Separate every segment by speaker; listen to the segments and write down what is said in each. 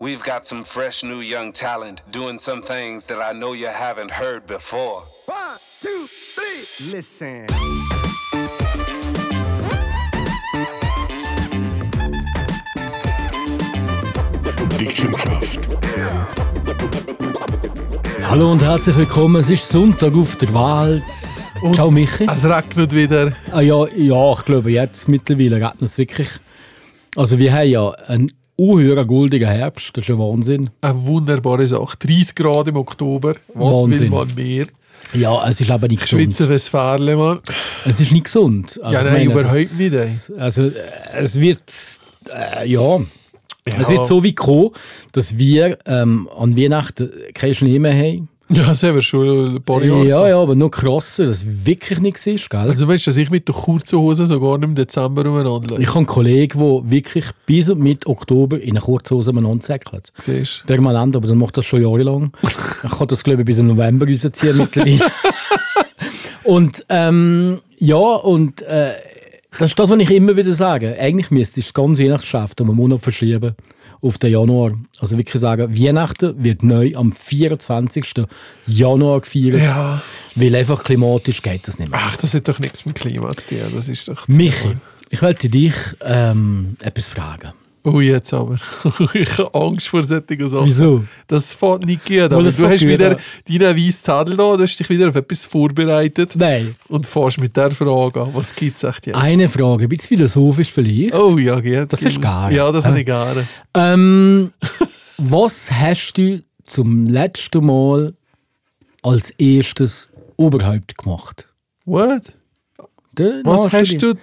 Speaker 1: We've got some fresh new young talent doing some things that I know you haven't heard before.
Speaker 2: One, two, three. Listen.
Speaker 3: Hallo und herzlich willkommen. Es ist Sonntag auf der Welt. Ciao Michi.
Speaker 4: Es regnet wieder.
Speaker 3: Ah, ja, ja, ich glaube jetzt mittlerweile geht es wirklich. Also wir haben ja einen unheuer guldigen Herbst. Das ist ja Wahnsinn.
Speaker 4: Eine wunderbare Sache. 30 Grad im Oktober. Was
Speaker 3: Wahnsinn.
Speaker 4: will man mehr?
Speaker 3: Ja, es ist aber nicht gesund.
Speaker 4: Schweizer Westfalen, Mann.
Speaker 3: Es ist nicht gesund. Also,
Speaker 4: Ja,
Speaker 3: ich
Speaker 4: nein,
Speaker 3: meine,
Speaker 4: überhaupt
Speaker 3: das-
Speaker 4: nicht, ey.
Speaker 3: Also äh, es wird, äh, ja, es
Speaker 4: Ja.
Speaker 3: wird so wie kommen, dass wir ähm, an Weihnachten keinen Schnee mehr haben.
Speaker 4: Ja, das haben wir schon ein paar Jahre.
Speaker 3: Ja, ja, aber noch krasser, dass wirklich nichts ist, gell?
Speaker 4: Also meinst du, dass ich mit der kurzen Hose sogar nicht im Dezember umeinander
Speaker 3: Ich
Speaker 4: ich
Speaker 3: habe einen Kollegen, der wirklich bis und mit Oktober in einer kurzen Hose umeinander säckelt.
Speaker 4: siehst?
Speaker 3: Der Maland, aber der macht das schon jahrelang. Ich kann das, glaube ich, bis in November rausziehen mittlerweile. und ähm, ja, und äh, das ist das, was ich immer wieder sage. Eigentlich müsste ich das ganze Weihnachtsgeschäft um einen Monat verschieben auf den Januar. Also wirklich sagen, Weihnachten wird neu am 24. Januar gefeiert.
Speaker 4: Ja.
Speaker 3: Weil einfach klimatisch geht das nicht mehr.
Speaker 4: Ach, das hat doch nichts mit Klima zu tun. Das ist doch...
Speaker 3: Michi, ich wollte dich ähm, etwas fragen.
Speaker 4: Oh, jetzt aber. ich habe Angst vor solchen Sachen.
Speaker 3: Wieso?
Speaker 4: Das fängt nicht gut an.
Speaker 3: Weil
Speaker 4: Du
Speaker 3: das
Speaker 4: hast
Speaker 3: fängt gut
Speaker 4: wieder
Speaker 3: an.
Speaker 4: deinen weißen Zettel da, du hast dich wieder auf etwas vorbereitet
Speaker 3: Nein.
Speaker 4: und fährst mit der Frage an. Was gibt es echt jetzt?
Speaker 3: Eine Frage, ein bisschen philosophisch vielleicht.
Speaker 4: Oh ja, gerne.
Speaker 3: Das ist gar-
Speaker 4: Ja, das habe
Speaker 3: Äh.
Speaker 4: ich gerne.
Speaker 3: Ähm, was hast du zum letzten Mal als erstes überhaupt gemacht?
Speaker 4: What?
Speaker 3: Da
Speaker 4: Was
Speaker 3: hast
Speaker 4: hast
Speaker 3: du-
Speaker 4: du?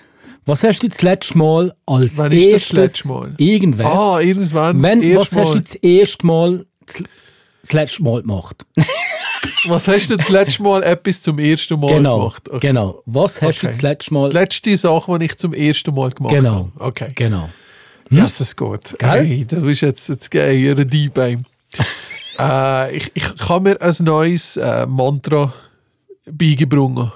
Speaker 3: Was hast du das letzte Mal als
Speaker 4: Wann ist das
Speaker 3: erstes?
Speaker 4: letzte Mal?
Speaker 3: Irgendwann.
Speaker 4: Ah, irgendwann.
Speaker 3: Wenn,
Speaker 4: das
Speaker 3: was
Speaker 4: erste
Speaker 3: hast du
Speaker 4: Mal.
Speaker 3: das erste Mal das, das letzte Mal gemacht?
Speaker 4: Was hast du das letzte Mal etwas zum ersten Mal
Speaker 3: genau.
Speaker 4: gemacht? Okay.
Speaker 3: Genau. Was hast du
Speaker 4: Okay.
Speaker 3: das letzte Mal?
Speaker 4: Die letzte Sache, die ich zum ersten Mal gemacht
Speaker 3: genau.
Speaker 4: habe. Okay.
Speaker 3: Genau.
Speaker 4: Das ist gut.
Speaker 3: Gell?
Speaker 4: Ey, das ist jetzt, jetzt ey, ein Deep Aim. äh, ich, ich habe mir ein neues äh, Mantra beigebrungen.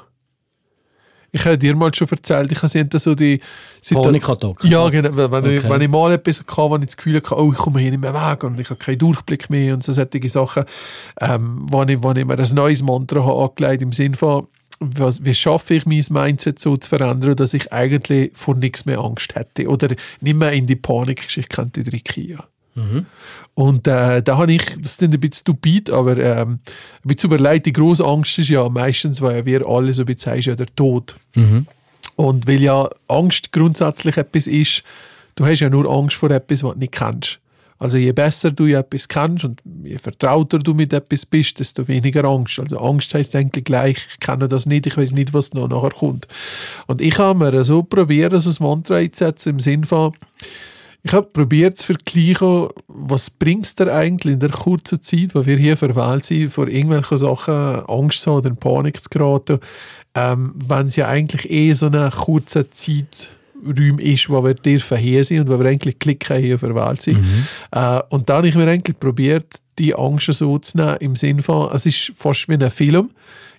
Speaker 4: Ich habe dir mal schon erzählt, ich habe so die... Situ-
Speaker 3: Panikattacken.
Speaker 4: Ja,
Speaker 3: Was?
Speaker 4: genau. Wenn, ich,
Speaker 3: Okay.
Speaker 4: wenn ich mal etwas hatte, wo ich das Gefühl hatte, oh, ich komme hier nicht mehr weg und ich habe keinen Durchblick mehr und so solche Sachen, ähm, wo, ich, wo ich mir ein neues Mantra habe angelegt im Sinn von, was, wie schaffe ich mein Mindset so zu verändern, dass ich eigentlich vor nichts mehr Angst hätte oder nicht mehr in die Panikgeschichte könnte reinkommen. Und äh, da habe ich, das klingt ein bisschen stupid, aber ähm, ein bisschen überlegt, die grosse Angst ist ja meistens, weil wir alle so ein bisschen sagen, ist ja der Tod. Und weil ja Angst grundsätzlich etwas ist, du hast ja nur Angst vor etwas, was du nicht kennst. Also je besser du ja etwas kennst und je vertrauter du mit etwas bist, desto weniger Angst. Also Angst heißt eigentlich gleich, ich kenne das nicht, ich weiß nicht, was noch nachher kommt. Und ich habe mir so probiert, dass ein Mantra einzusetzen im Sinn von, ich habe probiert zu vergleichen, was bringt es dir eigentlich in der kurzen Zeit, wo wir hier verwählt sind, vor irgendwelchen Sachen Angst zu haben oder in Panik zu geraten, ähm, wenn es ja eigentlich eh so eine kurze Zeit ist, wo wir dürfen hier sind und wo wir eigentlich klicken hier verwählt sind. Äh, und dann habe ich mir eigentlich probiert, die Angst so zu nehmen, im Sinne von, es ist fast wie ein Film.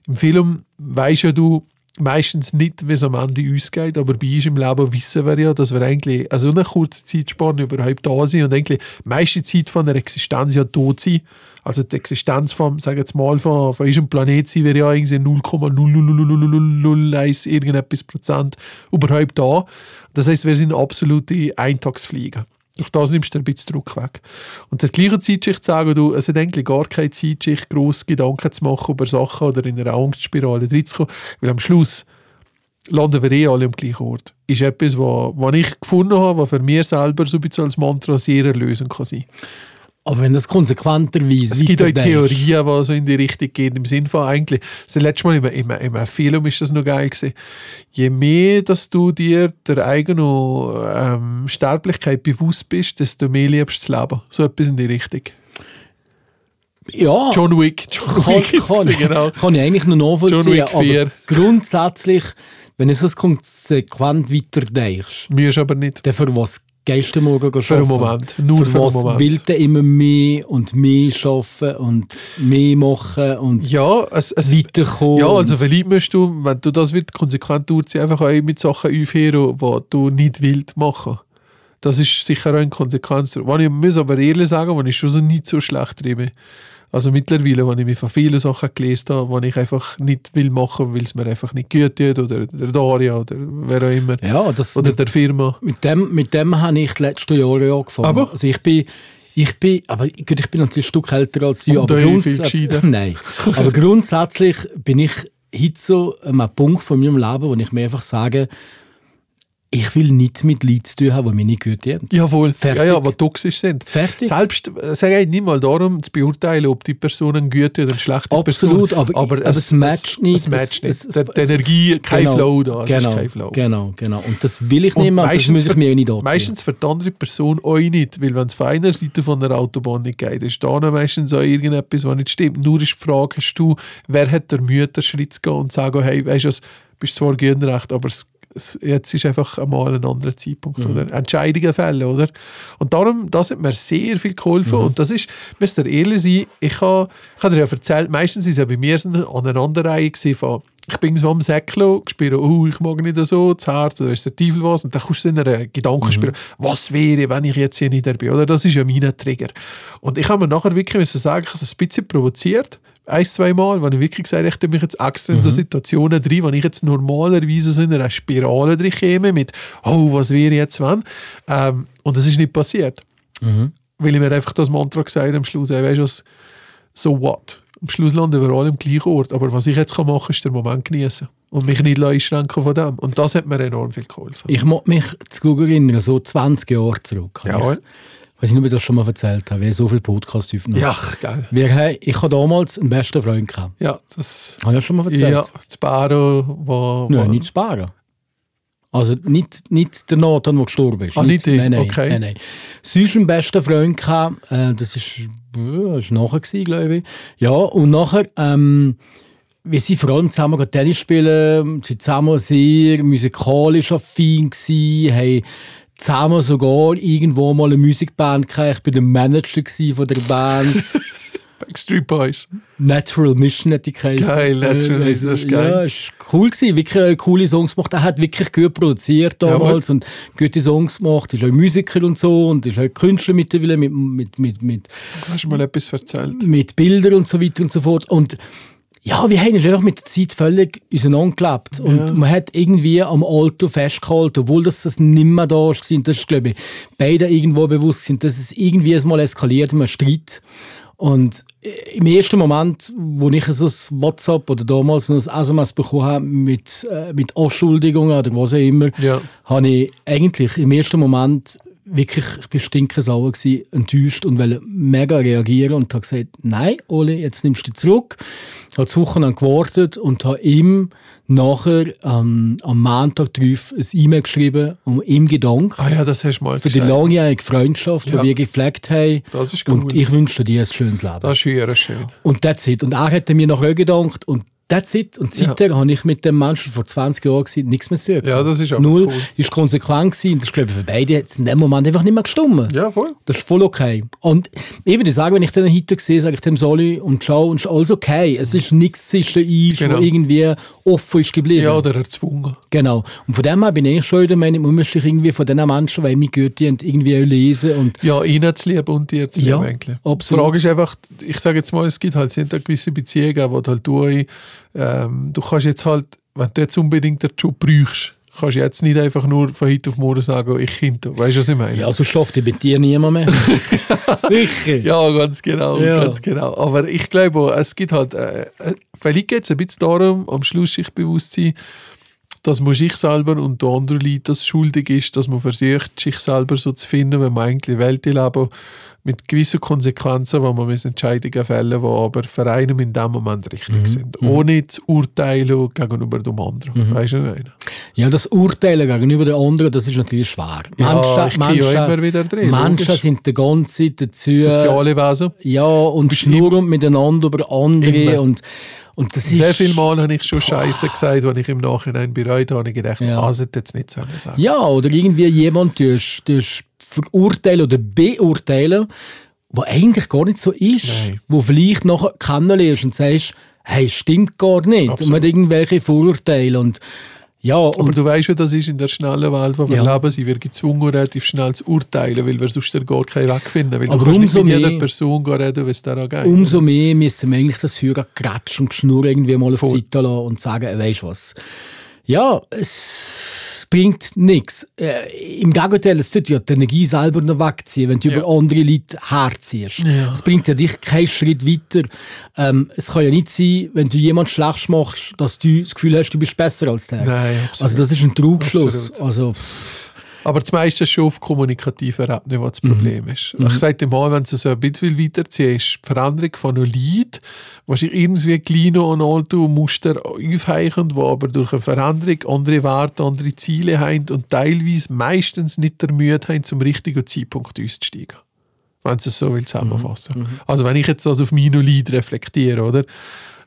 Speaker 4: Im Film weisst ja du, meistens nicht, wie es am Ende ausgeht, aber bei uns im Leben wissen wir ja, dass wir eigentlich an so einer kurzen Zeitspanne überhaupt da sind und eigentlich die meiste Zeit von der Existenz ja tot sind. Also die Existenz von, sagen wir jetzt mal, von, von unserem Planet sind wir ja irgendwie 0,000001 irgendetwas Prozent überhaupt da. Das heißt, wir sind absolute Eintagsfliegen. Durch das nimmst du ein bisschen Druck weg. Und der gleichen Zeitschicht sagen du, es hat eigentlich gar keine Zeitschicht, gross Gedanken zu machen über Sachen oder in einer Angstspirale reinzukommen, weil am Schluss landen wir eh alle am gleichen Ort. Ist etwas, was ich gefunden habe, was für mich selber so ein bisschen als Mantra sehr erlösend kann sein.
Speaker 3: Aber wenn das konsequenterweise
Speaker 4: Es gibt auch
Speaker 3: weiterdenkst-
Speaker 4: Theorien, die so in die Richtung gehen, im Sinne von eigentlich, das letzte Mal im, im, im Film ist das noch geil gewesen. Je mehr, dass du dir der eigenen ähm, Sterblichkeit bewusst bist, desto mehr liebst du das Leben. So etwas in die Richtung.
Speaker 3: Ja.
Speaker 4: John Wick. John
Speaker 3: Ah. kann,
Speaker 4: Wick ist
Speaker 3: kann,
Speaker 4: gewesen, genau.
Speaker 3: kann ich eigentlich nur
Speaker 4: John
Speaker 3: nachvollziehen.
Speaker 4: Wick
Speaker 3: Aber
Speaker 4: 4.
Speaker 3: grundsätzlich, wenn du es konsequent weiterdenkst,
Speaker 4: Müsst aber nicht.
Speaker 3: dann für was gehst du morgen arbeiten?
Speaker 4: Für einen Moment. Nur für einen
Speaker 3: was
Speaker 4: Moment.
Speaker 3: willst du immer mehr und mehr arbeiten und mehr machen und
Speaker 4: Ja, es, es,
Speaker 3: weiterkommen?
Speaker 4: Ja, also
Speaker 3: und-
Speaker 4: vielleicht musst du, wenn du das wird konsequent durchziehen, einfach auch mit Sachen aufhören, die du nicht willst machen. Das ist sicher auch eine Konsequenz. Was ich muss aber ehrlich sagen, wo ich schon so nicht so schlecht drin bin. Also mittlerweile, wenn ich mich von vielen Sachen gelesen habe, die ich einfach nicht will machen, weil es mir einfach nicht gut tut, oder der Daria, oder wer auch immer,
Speaker 3: Ja, das,
Speaker 4: oder der Firma.
Speaker 3: Mit dem, mit dem habe ich das letzte Jahr ja angefangen.
Speaker 4: Aber?
Speaker 3: Also ich bin, ich bin, aber gut, ich bin natürlich ein Stück älter als du,
Speaker 4: Und
Speaker 3: aber,
Speaker 4: da bin ich viel
Speaker 3: grundsätzlich,
Speaker 4: gescheiter.
Speaker 3: nein, aber grundsätzlich bin ich heute so an einem Punkt von meinem Leben, wo ich mir einfach sage, ich will nichts mit Leuten zu tun haben, die mich nicht gut haben.
Speaker 4: Jawohl,
Speaker 3: Fertig.
Speaker 4: ja, ja, die toxisch sind.
Speaker 3: Fertig.
Speaker 4: Selbst, es geht nicht mal darum, zu beurteilen, ob die Person eine gute oder eine schlechte
Speaker 3: Absolut,
Speaker 4: Person
Speaker 3: aber- aber es matcht nicht.
Speaker 4: Es matcht
Speaker 3: Es-
Speaker 4: nicht.
Speaker 3: es-
Speaker 4: die die
Speaker 3: es-
Speaker 4: Energie, kein
Speaker 3: Genau,
Speaker 4: Flow da. Es
Speaker 3: genau,
Speaker 4: ist kein Flow.
Speaker 3: Genau, genau. Und das will ich
Speaker 4: Und
Speaker 3: nicht mehr, und das muss ich
Speaker 4: für-
Speaker 3: mir auch nicht antun.
Speaker 4: Meistens für die andere Person euch nicht, weil wenn es von einer Seite von der Autobahn nicht geht, ist da noch meistens auch irgendetwas, was nicht stimmt. Nur ist die Frage, hast du, wer hat der Mühe, den Schritt zu gehen und zu sagen, hey, weißt du, was, bist zwar gehen recht, aber es, es, jetzt ist einfach einmal ein anderer Zeitpunkt,
Speaker 3: Mhm.
Speaker 4: oder? Entscheidungen fällen, oder? Und darum, das hat mir sehr viel geholfen
Speaker 3: Mhm.
Speaker 4: und das ist, müsst ihr ehrlich sein, ich habe ich hab dir ja erzählt, meistens ist es ja bei mir so eine Aneinanderreihe gewesen von ich bin so am Säcklo, spüre, oh, ich mag nicht so, das Herz, oder ist der Teufel was, und dann kommst du in einen Gedanken spüren, was wäre, wenn ich jetzt hier nicht da bin, oder? Das ist ja mein Trigger. Und ich habe mir nachher wirklich müssen sagen, ich habe es ein bisschen provoziert, ein, zwei Mal, wenn ich wirklich gesagt habe, ich tue mich jetzt extra in so Situationen drin, wenn ich jetzt normalerweise so in einer Spirale drin käme mit, oh, was wäre jetzt, wenn? Ähm, und das ist nicht passiert. Weil ich mir einfach das Mantra gesagt habe am Schluss, ey, weißt du was, so what? Am Schluss landen wir alle im gleichen Ort. Aber was ich jetzt kann machen kann, ist den Moment genießen. Und mich nicht einschränken von dem. Und das hat mir enorm viel geholfen.
Speaker 3: Ich muss mich zu gut erinnern, so 20 Jahre zurück. habe
Speaker 4: Jawohl.
Speaker 3: Ich weiß nicht, ob ich das schon mal erzählt habe, wie so viele Podcasts aufgenommen
Speaker 4: Ja, geil.
Speaker 3: Wir, haben- ich hatte damals einen besten Freund. Gehabt.
Speaker 4: Ja, das.
Speaker 3: Habe ich das schon mal erzählt?
Speaker 4: Ja, das Baro, wo, wo
Speaker 3: Nein, nicht sparen. Also nicht, nicht der Nathan, der gestorben ist.
Speaker 4: Ah, nicht ich,
Speaker 3: nein, nein,
Speaker 4: okay.
Speaker 3: nein, nein. Sonst einen besten Freund gehabt, äh, das ist, äh, ist nachher gewesen, glaube ich. Ja, und nachher, ähm, wir sind vor allem zusammen gegangen Tennis spielen, sind zusammen sehr musikalisch affin gewesen, haben zusammen sogar irgendwo mal eine Musikband gehabt. Ich war der Manager gewesen von der Band.
Speaker 4: Backstreet Boys.
Speaker 3: Natural Mission hätte ich geheißen.
Speaker 4: Geil, Natural
Speaker 3: Äh,
Speaker 4: Mission, das ist
Speaker 3: Ja,
Speaker 4: geil.
Speaker 3: ist cool gewesen. Wirklich äh, coole Songs gemacht. Er hat wirklich gut produziert damals und gute Songs gemacht. Ist auch Musiker und so und ist auch Künstler mittlerweile mit, mit, mit, mit,
Speaker 4: Hast du mal etwas erzählt?
Speaker 3: mit Bildern und so weiter und so fort. Und ja, wir haben uns einfach mit der Zeit völlig auseinandergelebt. Und man hat irgendwie am Alto festgehalten, obwohl das, das nicht mehr da war. Und das ist, glaube ich, beide irgendwo bewusst sind, dass es irgendwie einmal eskaliert, ein Streit. Und äh, im ersten Moment, wo ich so ein WhatsApp oder damals noch ein SMS bekommen habe mit, äh, mit Anschuldigungen oder was auch immer,
Speaker 4: Ja.
Speaker 3: habe ich eigentlich im ersten Moment wirklich, ich bin stinkensauer gewesen, enttäuscht und wollte mega reagieren und habe gesagt, nein, Ole, jetzt nimmst du dich zurück. Habe zwei Wochen lang gewartet und habe ihm nachher ähm, am Montag drauf ein E-Mail geschrieben und ihm gedankt
Speaker 4: Ah ja, das hast du mal
Speaker 3: für die
Speaker 4: gesagt.
Speaker 3: langjährige Freundschaft, die
Speaker 4: Ja.
Speaker 3: wir gepflegt haben.
Speaker 4: Das ist
Speaker 3: Und
Speaker 4: cool.
Speaker 3: ich wünsche dir ein schönes Leben.
Speaker 4: Das ist höher schön.
Speaker 3: Und that's it. Und er hätte mir noch gedankt und that's it. Und seither habe ich mit dem Menschen vor 20 Jahren gewesen, nichts mehr zu tun.
Speaker 4: Ja, das ist aber
Speaker 3: Null.
Speaker 4: cool.
Speaker 3: Ist konsequent gewesen. Und das ist, glaube ich, für beide jetzt in dem Moment einfach nicht mehr gestummen.
Speaker 4: Ja, voll.
Speaker 3: Das ist voll okay. Und ich würde sagen, wenn ich den heute sehe, sage ich dem Soli und schau, und ist alles okay. Es ist nichts zwischen uns,
Speaker 4: Genau.
Speaker 3: wo irgendwie offen ist geblieben.
Speaker 4: Ja, oder erzwungen.
Speaker 3: Genau. Und von dem her bin ich schon der Meinung, man muss sich irgendwie von diesen Menschen, weil mich Goethe und irgendwie auch lesen und
Speaker 4: Ja, ihnen zu lieben und dir zu lieben
Speaker 3: Ja,
Speaker 4: eigentlich.
Speaker 3: absolut.
Speaker 4: Die Frage ist einfach, ich sage jetzt mal, es gibt halt, es sind halt gewisse Beziehungen, wo du halt du, ähm, du kannst jetzt halt, wenn du jetzt unbedingt den Job brauchst, kannst du jetzt nicht einfach nur von heute auf morgen sagen, ich hinter. Weißt du, was ich meine?
Speaker 3: ja, so schafft ich mit dir niemand mehr. Wirklich.
Speaker 4: Ja, ganz genau,
Speaker 3: Ja.
Speaker 4: ganz genau. Aber ich glaube, auch, es gibt halt, äh, äh, vielleicht geht es ein bisschen darum, am Schluss sich bewusst zu sein, dass man sich selber und der andere Leute das schuldig ist, dass man versucht, sich selber so zu finden, wenn man eigentlich Welt leben mit gewissen Konsequenzen, wo man muss Entscheidungen fällen, die aber für einen in dem Moment richtig sind. Ohne zu urteilen gegenüber dem anderen. Weißt du, was ich meine?
Speaker 3: Ja, das Urteilen gegenüber den anderen, das ist natürlich schwer.
Speaker 4: Ja, ich kriege ja immer wieder drin,
Speaker 3: Menschen
Speaker 4: logisch.
Speaker 3: sind die ganze Zeit dazu.
Speaker 4: Soziale Wesen.
Speaker 3: Ja, und schnurren miteinander über andere.
Speaker 4: Immer.
Speaker 3: Und, und das
Speaker 4: Sehr
Speaker 3: ist.
Speaker 4: viele Mal habe ich schon Scheiße gesagt, wenn ich im Nachhinein bereut habe und ich gedacht,
Speaker 3: Ja.
Speaker 4: ah, das hätte ich jetzt nicht sollen sagen.
Speaker 3: Ja, oder irgendwie jemand durch, durch verurteilen oder beurteilen, wo eigentlich gar nicht so ist.
Speaker 4: Nein.
Speaker 3: Wo vielleicht nachher kennenlernst und sagst, hey, stimmt gar nicht. Und man hat irgendwelche Vorurteile. Und Ja,
Speaker 4: Aber
Speaker 3: und
Speaker 4: du weißt ja, das ist in der schnellen Welt, wo wir
Speaker 3: Ja.
Speaker 4: leben, sind wir gezwungen, relativ schnell zu urteilen, weil wir sonst den gar keinen Weg finden. Weil
Speaker 3: Aber
Speaker 4: du kannst
Speaker 3: umso
Speaker 4: nicht mit
Speaker 3: mehr-
Speaker 4: jeder Person gehen reden, wie es daran geht.
Speaker 3: umso mehr müssen wir eigentlich das hören, Gratsch und Geschnurr irgendwie mal auf die
Speaker 4: Voll.
Speaker 3: Seite lassen und sagen, äh, weisst du was, ja, es bringt nichts. Äh, Im Gegenteil, es sollte ja die Energie selber noch wegziehen, wenn du
Speaker 4: Ja.
Speaker 3: über andere Leute herziehst.
Speaker 4: Ja.
Speaker 3: Es bringt ja dich keinen Schritt weiter. Ähm, es kann ja nicht sein, wenn du jemanden schlecht machst, dass du das Gefühl hast, du bist besser als der.
Speaker 4: Nein, absolut.
Speaker 3: also das ist ein Trugschluss.
Speaker 4: Absolut.
Speaker 3: Also, pff,
Speaker 4: Aber das meiste ist schon auf kommunikativer Ebene,
Speaker 3: Mhm.
Speaker 4: was das Problem ist. Ich sage dir mal, wenn du so ein bisschen weiterziehst, die Veränderung von einem Lied, was ich irgendwie kleine und alte Muster aufheichen, wo aber durch eine Veränderung andere Werte, andere Ziele haben und teilweise meistens nicht der Mühe haben, zum richtigen Zeitpunkt auszusteigen. Wenn du es so will zusammenfassen. Also wenn ich jetzt das auf meine Lied reflektiere, oder?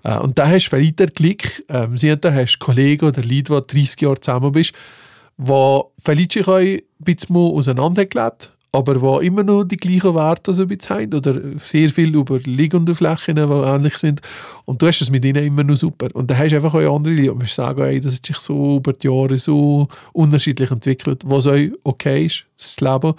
Speaker 4: Äh, Und da hast du vielleicht den Klick, ähm, sie da hast Kollegen oder Leute, die 30 Jahre zusammen bist, wo vielleicht sich euch ein bisschen auseinandergelebt, aber wo immer noch die gleichen Werte so ein bisschen haben oder sehr viel überliegende Flächen, die ähnlich sind. Und du hast es mit ihnen immer noch super. Und dann hast du einfach auch andere Leute, und musst sagen, ey, das hat sich so über die Jahre so unterschiedlich entwickelt, was euch okay ist, das Leben.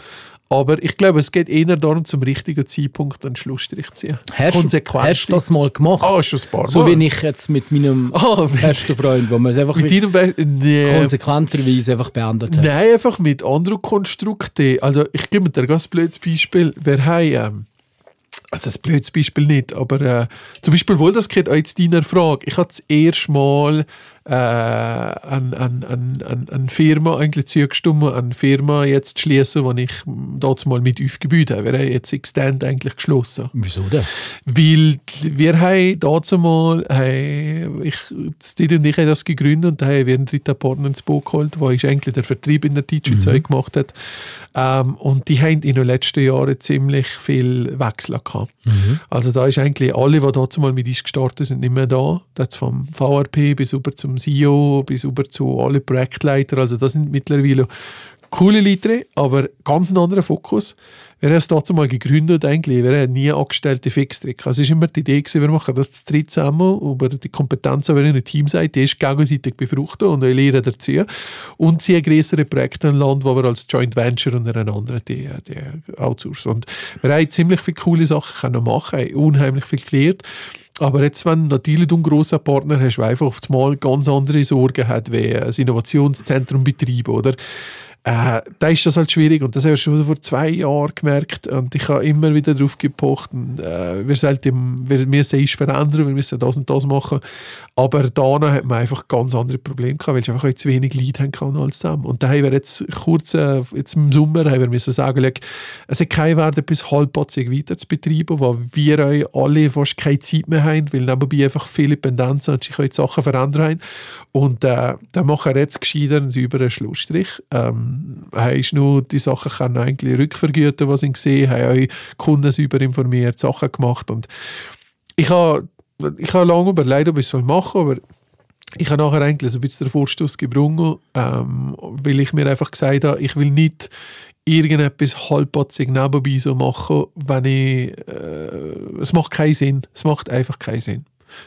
Speaker 4: Aber ich glaube, es geht eher darum, zum richtigen Zeitpunkt einen Schlussstrich zu ziehen.
Speaker 3: hast du
Speaker 4: Konsequenz
Speaker 3: hast du
Speaker 4: sein.
Speaker 3: das mal gemacht?
Speaker 4: Ah, schon ein paar
Speaker 3: so
Speaker 4: Mal.
Speaker 3: wie ich jetzt mit meinem
Speaker 4: Ah, mit-
Speaker 3: besten Freund, wo man es einfach
Speaker 4: Mit deinem Be nee.
Speaker 3: konsequenterweise einfach beendet hat.
Speaker 4: Nein, einfach mit anderen Konstrukten. Also ich gebe dir ein ganz blödes Beispiel. Wir haben, ähm, also ein blödes Beispiel nicht, aber äh, zum Beispiel, wohl das gehört auch zu deiner Frage. Ich habe das erste Mal äh, an, an, an, an, an Firma eigentlich zugestimmt, an Firma jetzt zu schließen, die ich dort mal mit aufgebaut habe. Wir haben jetzt Extend eigentlich geschlossen.
Speaker 3: Wieso denn?
Speaker 4: Weil die- wir haben dazu mal, haben- ich, Steve und ich haben das gegründet und da haben wir einen dritten Partner ins Boot geholt, der ist eigentlich der Vertrieb in der Deutschschweiz mhm. gemacht hat. Ähm, und die haben in den letzten Jahren ziemlich viel Wechsel gehabt. Also da ist eigentlich alle, die dazu mal mit uns gestartet sind, nicht mehr da. Das vom VRP bis über zum CEO, bis über zu alle Projektleiter. Also das sind mittlerweile coole Leute, aber ganz einen anderen Fokus. Wir haben es dazu mal gegründet eigentlich, wir haben nie angestellte Fixtrick. Also es war immer die Idee, gewesen, wir machen das zu dritt zusammen, über die Kompetenz, die ihr in einem Team seid, die ist gegenseitig befruchtet und ihr lernt dazu. Und sie haben größere Projekte im Land, wo wir als Joint Venture untereinander die, die outsourcen. Und wir haben ziemlich viele coole Sachen können machen, haben unheimlich viel gelernt. Aber jetzt, wenn natürlich du einen grossen Partner hast, der einfach auf einmal ganz andere Sorgen hat, wie ein Innovationszentrum betreiben, oder? äh, da ist das halt schwierig und das habe ich schon vor zwei Jahren gemerkt und ich habe immer wieder darauf gepocht, und, äh, wir, sollten, wir müssen uns verändern, wir müssen das und das machen, aber da hat man einfach ganz andere Probleme gehabt, weil es einfach auch zu wenig Leute haben kann als zusammen und da haben wir jetzt kurz, äh, jetzt im Sommer haben wir müssen sagen, schau, es hat keinen Wert, bis halbpatzig weiter zu betreiben, weil wir euch alle fast keine Zeit mehr haben, weil nebenbei einfach viele Pendenzen und sich auch die Sachen verändern haben und äh, dann machen wir jetzt gescheiter einen sauberen Schlussstrich. Ähm, hast nur die Sachen können eigentlich rückvergüten, was ich gesehen habe, haben euch Kunden sauber informiert, Sachen gemacht und ich habe ich habe lange überlegt, ob ich es machen soll, aber ich habe nachher eigentlich so ein bisschen den Vorstoß gebrungen, ähm, weil ich mir einfach gesagt habe, ich will nicht irgendetwas halbpatzig nebenbei so machen, wenn ich... Äh, es macht keinen Sinn. Es macht einfach keinen Sinn.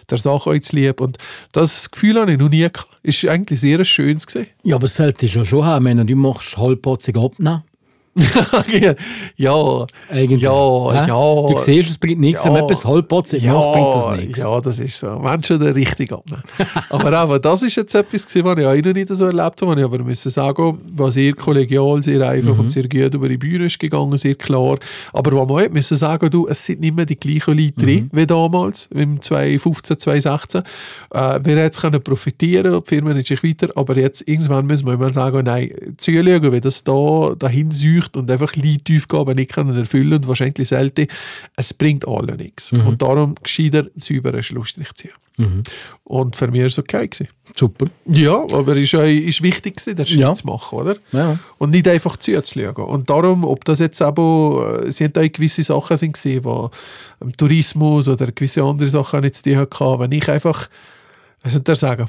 Speaker 4: Der Sache euch zu lieb. Und das Gefühl habe ich noch nie gehabt. Ist eigentlich sehr ein schönes gesehen.
Speaker 3: Ja, aber das solltest du ja schon haben, wenn du machst halbpatzig abnehmen.
Speaker 4: ja.
Speaker 3: Eigentlich.
Speaker 4: Ja,
Speaker 3: Hä?
Speaker 4: ja.
Speaker 3: Du siehst, es bringt nichts, wenn man
Speaker 4: Ja.
Speaker 3: etwas halbpatzig macht, bringt das nichts.
Speaker 4: Ja, das ist so. Wenn schon der richtig abnehmen. aber aber das ist jetzt etwas, gewesen, was ich auch noch nicht so erlebt habe. was Ich aber müssen sagen, was sehr kollegial, sehr einfach
Speaker 3: Mhm.
Speaker 4: und sehr gut über die Bühne ist gegangen, sehr klar. Aber was man auch müssen sagen, du, es sind nicht mehr die gleichen Leute
Speaker 3: Mhm.
Speaker 4: drin wie damals, im 2015, 2016. Äh, wir jetzt können profitieren, die Firma nicht sich weiter, aber jetzt irgendwann müssen wir immer sagen, nein, zuschauen, wie das da dahin sucht und einfach Leute Aufgaben nicht können erfüllen und wahrscheinlich selten, es bringt allen nichts. Und darum gescheiter sauberen Schlussstrich ziehen. Und für mich war es okay. Gewesen.
Speaker 3: Super.
Speaker 4: Ja, aber es war ist wichtig, gewesen, den Schritt
Speaker 3: Ja.
Speaker 4: zu machen, oder?
Speaker 3: Ja.
Speaker 4: Und nicht einfach zuzuschauen. Und darum, ob das jetzt aber, äh, sie haben da auch gewisse Sachen sind gesehen, die ähm, Tourismus oder gewisse andere Sachen nicht zu tun hatten. Wenn ich einfach, was soll ich dir sagen,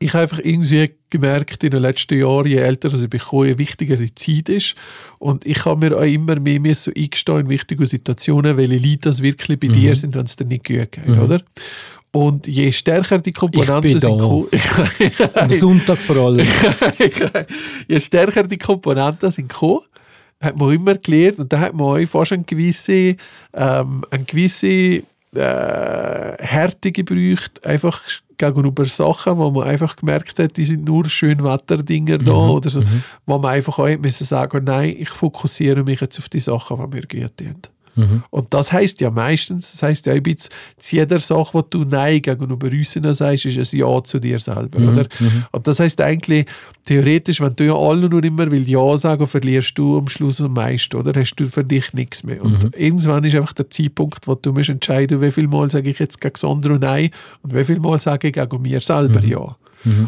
Speaker 4: ich habe einfach irgendwie gemerkt in den letzten Jahren, je älter ich bin, je wichtiger die Zeit ist. Und ich habe mir auch immer mehr müssen
Speaker 3: Mhm.
Speaker 4: eingestehen in wichtigen Situationen, welche Leute das wirklich bei dir sind, wenn es dir nicht gut geht, oder? Und je stärker die Komponenten
Speaker 3: bin da.
Speaker 4: ko-
Speaker 3: Am Sonntag vor allem.
Speaker 4: je stärker die Komponenten sind gekommen, hat man immer gelernt und da hat man auch fast eine gewisse, ähm, eine gewisse äh, Härte gebraucht, einfach gegenüber Sachen, wo man einfach gemerkt hat, die sind nur Schönwetterdinger da oder so, wo man einfach auch müssen sagen, nein, ich fokussiere mich jetzt auf die Sachen, die mir gut tun. Und das heißt ja meistens, das heißt ja ein bisschen, zu jeder Sache, die du Nein gegenüber Russen sagst, ist ein Ja zu dir selber. Oder? Und das heißt eigentlich, theoretisch, wenn du ja alle nur immer will Ja sagen, verlierst du am Schluss am meisten, oder? Hast du für dich nichts mehr. Und irgendwann ist einfach der Zeitpunkt, wo du musst entscheiden, wie viel Mal sage ich jetzt gegen Sandro Nein und wie viel Mal sage ich gegen mir selber Ja.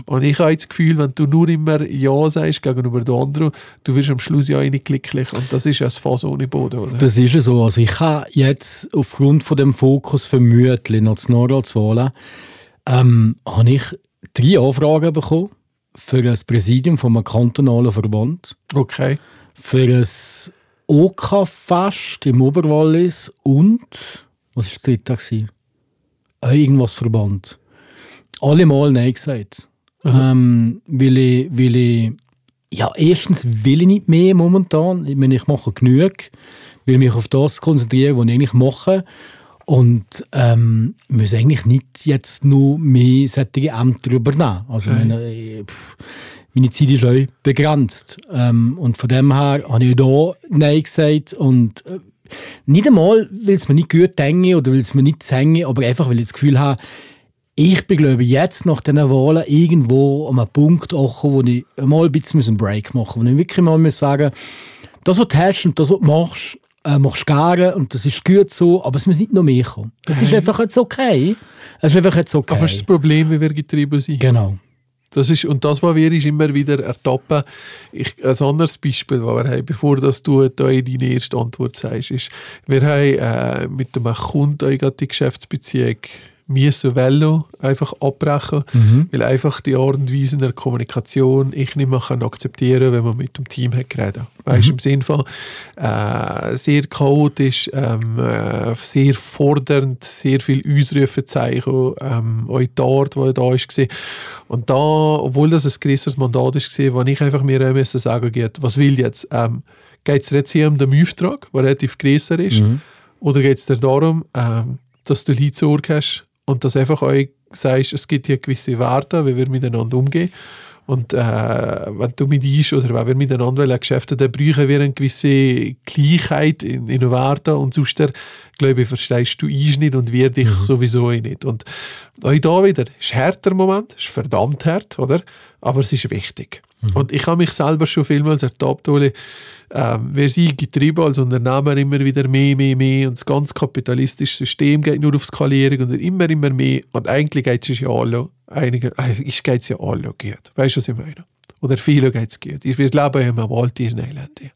Speaker 4: Und ich habe jetzt das Gefühl, wenn du nur immer Ja sagst gegenüber den anderen, du wirst am Schluss ja nicht glücklich. Und das ist ja ein Fass ohne Boden, oder?
Speaker 3: Das ist ja so. Also ich habe jetzt aufgrund von dem Fokus vermutlich noch zu Nordrhein-Westfalen, ähm, habe ich drei Anfragen bekommen für das Präsidium vom kantonalen Verband,
Speaker 4: Okay.
Speaker 3: für das OK-Fest im Oberwallis und was war das dritte? gewesen? Äh, Irgendwas Verband. Alle mal Nein gesagt. Ähm, weil ich, weil ich, ja, erstens will ich nicht mehr momentan. Ich meine, ich mache genug, will mich auf das konzentrieren, was ich eigentlich mache. Und ähm, muss eigentlich nicht jetzt noch mehr solche Ämter übernehmen. Also, ich meine, ich, pff, meine Zeit ist auch begrenzt. Ähm, und von dem her habe ich da Nein gesagt. Und äh, nicht einmal, weil es mir nicht gut hänge oder weil es mir nicht hänge, aber einfach, weil ich das Gefühl habe, ich bin, glaube ich, jetzt nach diesen Wahlen irgendwo an einem Punkt angekommen, wo ich mal ein bisschen einen Break machen muss. Wo ich wirklich mal muss sagen das, was du hast und das, was du machst, äh, machst du gerne und das ist gut so, aber es muss nicht noch mehr kommen. Es ist einfach jetzt okay. Es ist einfach jetzt okay.
Speaker 4: Aber das ist das Problem, wie wir getrieben sind.
Speaker 3: genau.
Speaker 4: Das ist, und das, was wir ist immer wieder ertappen. Ich, ein anderes Beispiel, das wir haben, bevor das du da in deine erste Antwort sagst, ist, wir haben äh, mit einem Kunden auch gerade die Geschäftsbeziehung müssen Velo einfach abbrechen, weil einfach die Art und Weise der Kommunikation ich nicht mehr kann akzeptieren, wenn man mit dem Team hat geredet. Weißt im Sinne von äh, sehr chaotisch, ähm, äh, sehr fordernd, sehr viel Ausrufezeichen, ähm, auch die Art, die da ist, war. Und da, obwohl das ein grösseres Mandat war, wo ich einfach mir auch müssen sagen geht, was will jetzt? Ähm, geht es jetzt hier um den Auftrag, der relativ grösser ist, oder geht es dir darum, ähm, dass du Leute zur Sorge hast und dass einfach euch sagst, es gibt hier gewisse Werte, wie wir miteinander umgehen. Und äh, wenn du mit uns oder wenn wir miteinander wollen, Geschäfte, dann brauchen wir eine gewisse Gleichheit in, in Werten und sonst, äh, glaube ich, verstehst du uns nicht und wir dich sowieso eh nicht. Und auch da wieder, ist ein härter Moment, ist verdammt hart, oder? Aber es ist wichtig. Und ich habe mich selber schon vielmals ertappt, Oli, ähm, wir sind getrieben als Unternehmer immer wieder mehr, mehr, mehr und das ganze kapitalistische System geht nur auf Skalierung und immer, immer mehr und eigentlich geht es ja alle, einige, eigentlich geht es ja alle gut, weißt du, was ich meine? Oder viele geht es gut. Wir leben ja im Walt Disneyland. hier.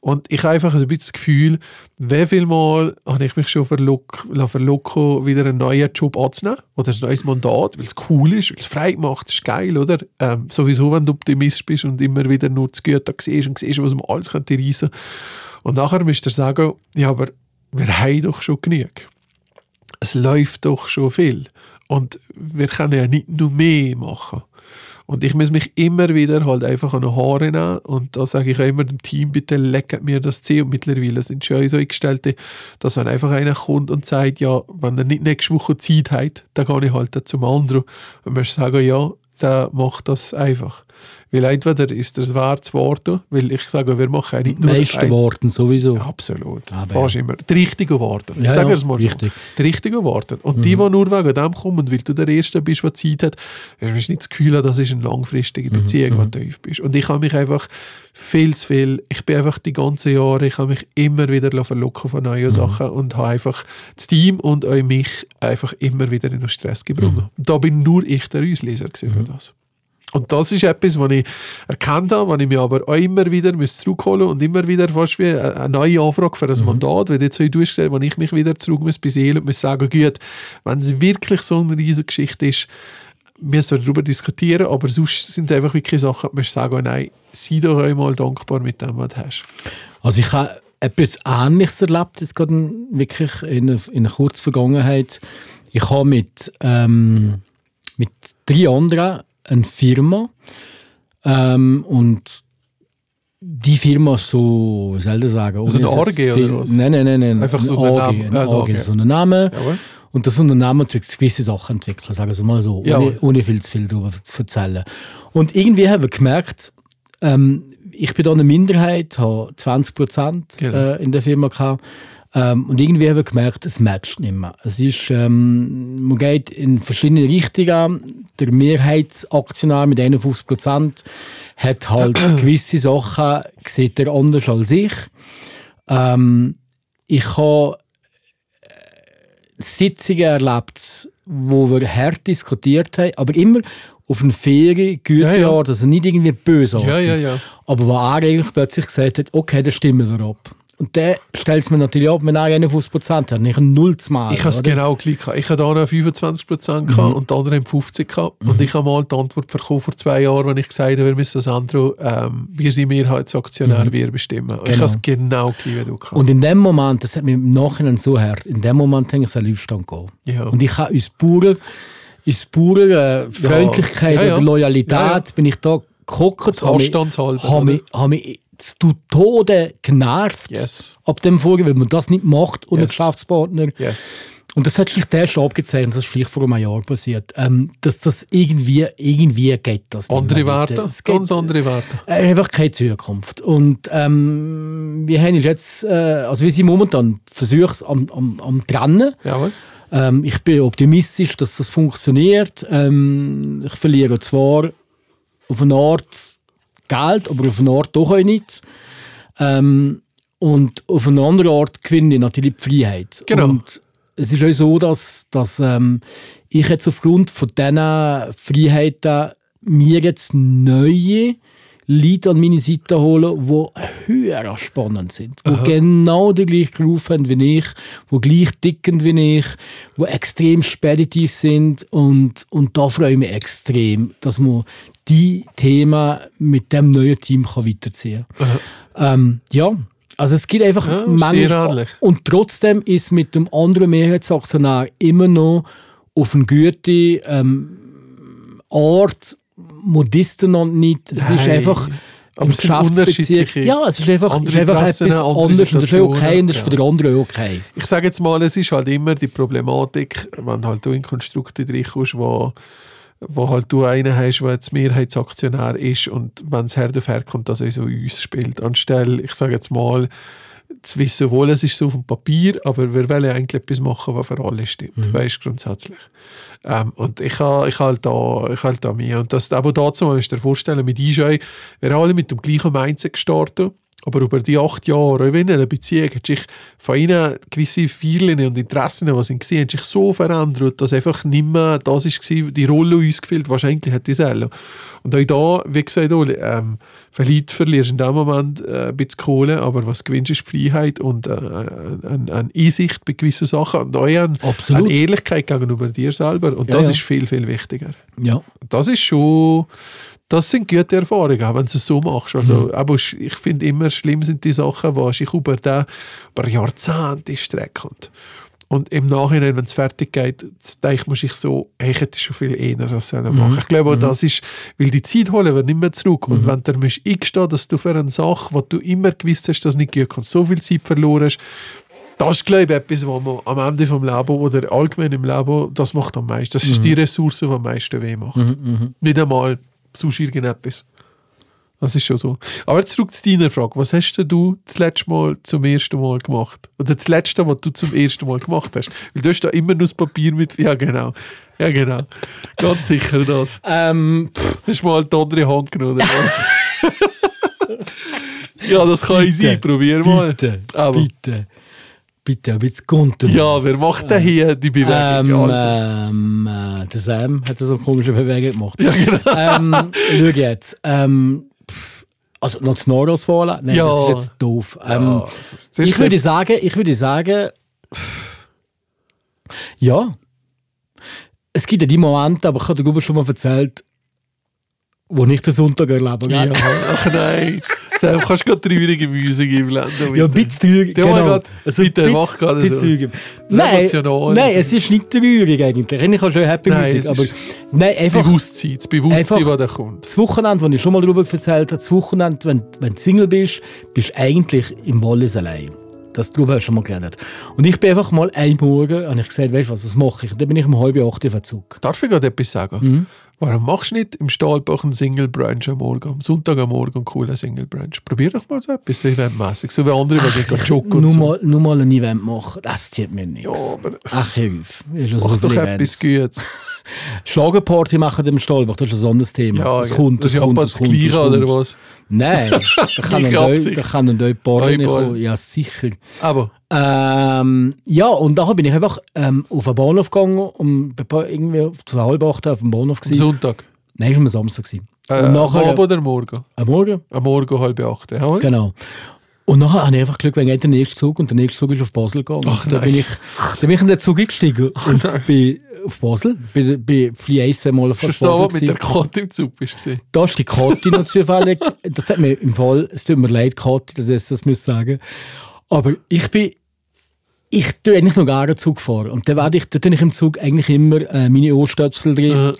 Speaker 4: Und ich habe einfach ein bisschen das Gefühl, wie viel Mal habe ich mich schon verlock, lassen verlocken, wieder einen neuen Job anzunehmen oder ein neues Mandat, weil es cool ist, weil es frei macht, ist geil, oder? Ähm, sowieso, wenn du Optimist bist und immer wieder nur das Gute siehst und siehst, was man alles könnte reissen. Und nachher müsst ihr sagen, ja, aber wir haben doch schon genug es läuft doch schon viel. Und wir können ja nicht nur mehr machen. Und ich muss mich immer wieder halt einfach an die Haare nehmen. Und da sage ich auch immer dem Team, bitte lecket mir das Ziel. Und mittlerweile sind schon so eingestellte, dass wenn einfach einer kommt und sagt, ja, wenn er nicht nächste Woche Zeit hat, dann gehe ich halt zum anderen. Und muss sagen, ja, dann macht das einfach. Weil entweder ist das wert zu warten, weil ich sage, wir machen ja nicht nur
Speaker 3: Meisten
Speaker 4: ein-
Speaker 3: Worten sowieso.
Speaker 4: Absolut.
Speaker 3: Aber
Speaker 4: Fast immer. Die richtigen Worte.
Speaker 3: Ah, Ja, ja,
Speaker 4: Sagen wir es mal
Speaker 3: richtig. Mhm.
Speaker 4: so. Die richtigen Worte. Und die, die nur wegen dem kommen, weil du der Erste bist, der Zeit hat, hast du nicht das Gefühl, ah, das ist eine langfristige
Speaker 3: Mhm,
Speaker 4: Beziehung, wo du tief bist. Und ich habe mich einfach viel zu viel, ich bin einfach die ganzen Jahre, ich habe mich immer wieder lassen verlocken von
Speaker 3: Mhm.
Speaker 4: neuen Sachen und habe einfach das Team und auch mich einfach immer wieder in den Stress gebracht.
Speaker 3: Mhm.
Speaker 4: Da bin nur ich der Ausleser gewesen für das. Und das ist etwas, was ich erkannt habe, was ich mir aber auch immer wieder muss zurückholen und immer wieder fast wie eine eine neue Anfrage für ein Mandat, weil jetzt habe ich durchgestellt, wo ich mich wieder zurück muss besinnen und muss sagen, gut, wenn es wirklich so eine riesige Geschichte ist, müssen wir darüber diskutieren, aber sonst sind es einfach wirklich Sachen, die musst du sagen, oh nein, sei doch einmal dankbar mit dem, was du hast.
Speaker 3: Also ich habe etwas Ähnliches erlebt, jetzt gerade wirklich in einer, in einer kurzen Vergangenheit. Ich habe mit, ähm, mit drei anderen eine Firma ähm, und die Firma ist so, was soll ich sagen?
Speaker 4: Also eine
Speaker 3: ohne dass es
Speaker 4: Orgie
Speaker 3: viel-
Speaker 4: oder was?
Speaker 3: Nein, nein, nein, nein.
Speaker 4: Einfach so
Speaker 3: eine
Speaker 4: der
Speaker 3: Orgie,
Speaker 4: Name.
Speaker 3: eine
Speaker 4: Ah, eine
Speaker 3: Orgie,
Speaker 4: Orgie.
Speaker 3: so ein Name.
Speaker 4: Jawohl.
Speaker 3: Und das Unternehmen hat gewisse Sachen entwickelt, sagen wir mal so,
Speaker 4: Jawohl.
Speaker 3: ohne, ohne viel zu viel darüber zu erzählen. Und irgendwie haben wir gemerkt, ähm, ich bin da eine Minderheit, habe 20 Prozent
Speaker 4: Genau.
Speaker 3: äh, in der Firma gehabt. Ähm, und irgendwie haben wir gemerkt, es matcht nicht mehr. Es ist, ähm, man geht in verschiedene Richtungen. Der Mehrheitsaktionär mit 51 Prozent hat halt gewisse Sachen, sieht er anders als ich. Ähm, ich habe äh, Sitzungen erlebt, wo wir hart diskutiert haben, aber immer auf eine faire, gute
Speaker 4: Ja, ja.
Speaker 3: Art, also nicht irgendwie bösartig.
Speaker 4: Ja, ja, ja.
Speaker 3: Aber wo er eigentlich plötzlich gesagt hat, okay, dann stimmen wir ab. Und dann stellt es mir natürlich ab, wenn er 51% hat, nicht null zu machen.
Speaker 4: Ich habe es
Speaker 3: oder?
Speaker 4: genau gleich gehabt. Ich hatte da noch 25
Speaker 3: Mhm.
Speaker 4: Prozent gehabt und die anderen haben 50 gehabt. Und ich habe mal die Antwort bekommen vor zwei Jahren, wenn ich gesagt habe, wir müssen das andere, ähm, wir sind Mehrheitsaktionär, wir bestimmen. Und Ich
Speaker 3: Genau.
Speaker 4: habe es genau gleich wie du gehabt.
Speaker 3: Und in dem Moment, das hat mir im Nachhinein so hart, in dem Moment habe ich einen Aufstand gehen.
Speaker 4: Ja.
Speaker 3: Und ich habe aus purer, aus purer äh, Freundlichkeit
Speaker 4: Ja, ja.
Speaker 3: oder Loyalität
Speaker 4: Ja, ja.
Speaker 3: bin ich da gehockt. habe mich-
Speaker 4: Anstandshalber,
Speaker 3: Habe mich, habe mich zu Tode genervt
Speaker 4: Yes.
Speaker 3: ab dem Vorgehen, weil man das nicht macht ohne
Speaker 4: Yes.
Speaker 3: Geschäftspartner.
Speaker 4: yes.
Speaker 3: Und das hat sich der schon abgezeichnet, das ist vielleicht vor einem Jahr passiert, ähm, dass das irgendwie, irgendwie geht das nicht
Speaker 4: Andere
Speaker 3: mehr weiter.
Speaker 4: Werte,
Speaker 3: Es geht-
Speaker 4: ganz andere Werte.
Speaker 3: äh, einfach keine Zukunft. Und ähm, wir haben uns jetzt, äh, also wir sind momentan Versuche am, am, am Trennen.
Speaker 4: Jawohl.
Speaker 3: Ähm, ich bin optimistisch, dass das funktioniert. Ähm, ich verliere zwar auf eine Art Geld, aber auf eine Art doch auch nicht. Ähm, und auf eine andere Art gewinne ich natürlich die Freiheit.
Speaker 4: Genau.
Speaker 3: Und es ist auch so, dass, dass ähm, ich jetzt aufgrund von diesen Freiheiten mir jetzt neue Leute an meine Seite holen, die höher spannend sind, die genau den gleichen Ruf haben wie ich, die gleich dicken wie ich, die extrem speditiv sind und, und da freue ich mich extrem, dass man die Themen mit dem neuen Team kann weiterziehen kann. Ähm, ja, also es gibt einfach
Speaker 4: Ja,
Speaker 3: manchmal-
Speaker 4: sehr ähnlich.
Speaker 3: Und trotzdem ist mit dem anderen Mehrheitsaktionär immer noch auf eine gute ähm, Art, modisten und nicht. Es ist
Speaker 4: Nein.
Speaker 3: einfach
Speaker 4: Aber es sind unterschiedliche-
Speaker 3: Ja, es ist einfach, es ist
Speaker 4: andere
Speaker 3: einfach
Speaker 4: Interessen,
Speaker 3: etwas
Speaker 4: andere
Speaker 3: anderes. Und das ist auch okay
Speaker 4: Situationen,
Speaker 3: und das ist für
Speaker 4: ja.
Speaker 3: den anderen auch okay.
Speaker 4: ich sage jetzt mal, es ist halt immer die Problematik, wenn halt du in Konstrukte reinkommst, wo, wo halt du einen hast, der jetzt Mehrheitsaktionär ist und wenn es Herd auf Herd kommt, dass er so uns spielt. Anstelle, ich sage jetzt mal, zu wissen, wohl, es ist so auf dem Papier, aber wir wollen eigentlich etwas machen, was für alle stimmt. Weißt du, grundsätzlich. Ähm, und ich habe ich halt da, ich halt da mir. Und das, aber dazu musst du dir vorstellen, mit EJ, wir haben alle mit dem gleichen Mindset gestartet. Aber über die acht Jahre, auch in einer Beziehung, hat sich von ihnen gewisse Fehlern und Interessen, die sie gesehen haben, sich so verändert, dass einfach nicht mehr das war, die Rolle die uns gefällt, wahrscheinlich hat die selber. Und auch da, wie gesagt, Oli, ähm, vielleicht verlierst du in dem Moment äh, ein bisschen Kohle, aber was gewinnst ist die Freiheit und äh, eine, eine Einsicht bei gewissen Sachen und auch eine,
Speaker 3: Absolut.
Speaker 4: eine Ehrlichkeit gegenüber dir selber. Und
Speaker 3: Ja,
Speaker 4: das
Speaker 3: ja.
Speaker 4: ist viel, viel wichtiger.
Speaker 3: Ja.
Speaker 4: Das ist schon. Das sind gute Erfahrungen, auch wenn du es so machst. Also, aber sch- ich finde immer, schlimm sind die Sachen, die sich über, den, über Jahrzehnte strecken. Und im Nachhinein, wenn es fertig geht, denke ich, ich so, hey, ich hätte schon viel eher das sollen machen Ich glaube, auch das ist, weil die Zeit holen wir nicht mehr zurück. Und wenn du musst eingestehen, dass du für eine Sache, die du immer gewusst hast, dass nicht gut kommt, so viel Zeit verloren hast, das ist, glaube ich, etwas, was man am Ende vom Leben oder allgemein im Leben, das macht am meisten. Das ist die Ressource, die am meisten weh macht. Nicht einmal sonst irgendetwas. Das ist schon so. Aber jetzt zurück zu deiner Frage. Was hast denn du das letzte Mal zum ersten Mal gemacht? Oder das letzte, was du zum ersten Mal gemacht hast? Weil du hast da immer nur das Papier mit. Ja, genau. Ja, genau. Ganz sicher das.
Speaker 3: Ähm, pff,
Speaker 4: Hast du mal die andere Hand genommen, oder was? ja, das kann ich sein. Probier mal.
Speaker 3: bitte,
Speaker 4: Aber-
Speaker 3: bitte, bitte, ein bisschen Kontenmaß.
Speaker 4: Ja, wer macht denn hier die Bewegung?
Speaker 3: Ähm,
Speaker 4: also,
Speaker 3: ähm, äh, der Sam hat so eine komische Bewegung gemacht. Ja, genau. ähm, schau jetzt. Ähm, pff, also noch das Norroswahlen? Nein,
Speaker 4: Ja.
Speaker 3: das ist jetzt doof. Ähm,
Speaker 4: ja, also, zuerst
Speaker 3: ich würde sagen, ich würde sagen, ja. Es gibt ja die Momente, aber ich habe darüber schon mal erzählt, wo ich den Sonntag erlebe.
Speaker 4: Ja,
Speaker 3: gell?
Speaker 4: ach nein. Sam, kannst du gerade traurige Musik einblenden?
Speaker 3: Ja, ein bisschen traurig.
Speaker 4: Ja, mein
Speaker 3: genau.
Speaker 4: Gott, bitte,
Speaker 3: ein
Speaker 4: mach gar nicht
Speaker 3: bisschen
Speaker 4: so.
Speaker 3: traurig.
Speaker 4: So
Speaker 3: Nein,
Speaker 4: emotional,
Speaker 3: nein
Speaker 4: so.
Speaker 3: es ist nicht traurig eigentlich. Ich habe schon Happy
Speaker 4: Nein,
Speaker 3: Musik,
Speaker 4: es
Speaker 3: aber
Speaker 4: ist
Speaker 3: nein, einfach
Speaker 4: Bewusstsein, das Bewusstsein,
Speaker 3: Einfach-
Speaker 4: was da kommt.
Speaker 3: das Wochenende, das ich schon mal darüber erzählt habe, das Wochenende, wenn, wenn du Single bist, bist du eigentlich im Wallis allein. Das darüber hast du schon mal geredet. Und ich bin einfach mal ein Morgen und ich gesagt, weißt du was, was mache ich? Und dann bin ich um halb acht auf den Zug.
Speaker 4: Darf ich gerade etwas sagen?
Speaker 3: Mhm.
Speaker 4: Warum machst du nicht im Stahlbach einen Single Brunch am Morgen, am Sonntag am Morgen einen coolen Single Brunch? Probier doch mal so etwas, so eventmässig. So wie andere, die gehen gerade joggen und
Speaker 3: Nur
Speaker 4: so.
Speaker 3: mal, nur mal ein Event machen, das zieht mir nichts.
Speaker 4: Ja, aber-
Speaker 3: Ach, hör auf. Ich habe schon so
Speaker 4: Mach
Speaker 3: viele
Speaker 4: doch
Speaker 3: Also Events.
Speaker 4: etwas Gutes.
Speaker 3: Schlagerparty machen im Stolbach, das ist ein anderes Thema.
Speaker 4: Ja,
Speaker 3: es kommt,
Speaker 4: das
Speaker 3: es
Speaker 4: ist
Speaker 3: kommt,
Speaker 4: aber
Speaker 3: es
Speaker 4: das
Speaker 3: kommt. es
Speaker 4: Gleiche,
Speaker 3: kommt.
Speaker 4: oder was?
Speaker 3: Nein, da kann
Speaker 4: Gleiche
Speaker 3: dann dort-
Speaker 4: Absicht.
Speaker 3: da kann dann dort Porno
Speaker 4: Neue Porno.
Speaker 3: kommen. Ja, sicher.
Speaker 4: Aber
Speaker 3: Ähm, ja, und nachher bin ich einfach ähm, auf den Bahnhof gegangen und bin pa- irgendwie zu halb acht auf dem Bahnhof
Speaker 4: am
Speaker 3: gewesen.
Speaker 4: Sonntag.
Speaker 3: Nein, es war am Samstag. Gewesen.
Speaker 4: Äh,
Speaker 3: und
Speaker 4: am Abend Hm?
Speaker 3: nachher,
Speaker 4: oder am Morgen?
Speaker 3: am Morgen,
Speaker 4: Am Morgen halb acht. Ja, oder?
Speaker 3: genau. Und nachher habe ich einfach Glück, wenn ich den nächsten Zug und der nächste Zug ist auf Basel gegangen.
Speaker 4: Ach,
Speaker 3: da
Speaker 4: nein.
Speaker 3: bin ich, da bin ich in den Zug eingestiegen und bin auf Basel, bin, bin Fliess mal
Speaker 4: Hast
Speaker 3: fast
Speaker 4: du da, wo
Speaker 3: Basel
Speaker 4: du mit der
Speaker 3: gewesen.
Speaker 4: Karte im Zug bist? Gewesen?
Speaker 3: Da ist die Kati noch zufällig. Das hat mir im Fall, es tut mir leid, Kati, dass ich jetzt das muss sagen. Aber ich bin, ich tue eigentlich noch gerne Zug fahren. Und dann werde ich, da tue ich im Zug eigentlich immer äh, meine Ohrstöpsel drin.
Speaker 4: Mhm.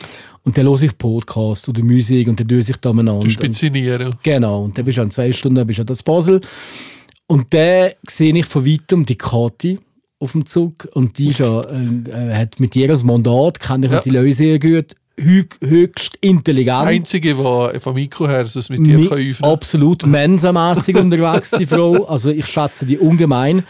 Speaker 3: Und dann höre ich Podcast oder Musik und dann tue ich da umeinander.
Speaker 4: Du spitzinierst.
Speaker 3: Genau, und dann bist du an zwei Stunden dann bist du an das Basel. Und dann sehe ich von weitem die Kati auf dem Zug. Und die ist ja, äh, äh, hat mit ihr ein Mandat, kenne ich
Speaker 4: Ja.
Speaker 3: ja. die Leute sehr gut, hü- höchst intelligent.
Speaker 4: Einzige, die vom Mikro her es mit dir
Speaker 3: Mi-
Speaker 4: kann öffnen kann.
Speaker 3: Absolut mensamässig unterwegs, die Frau. Also ich schätze die ungemein.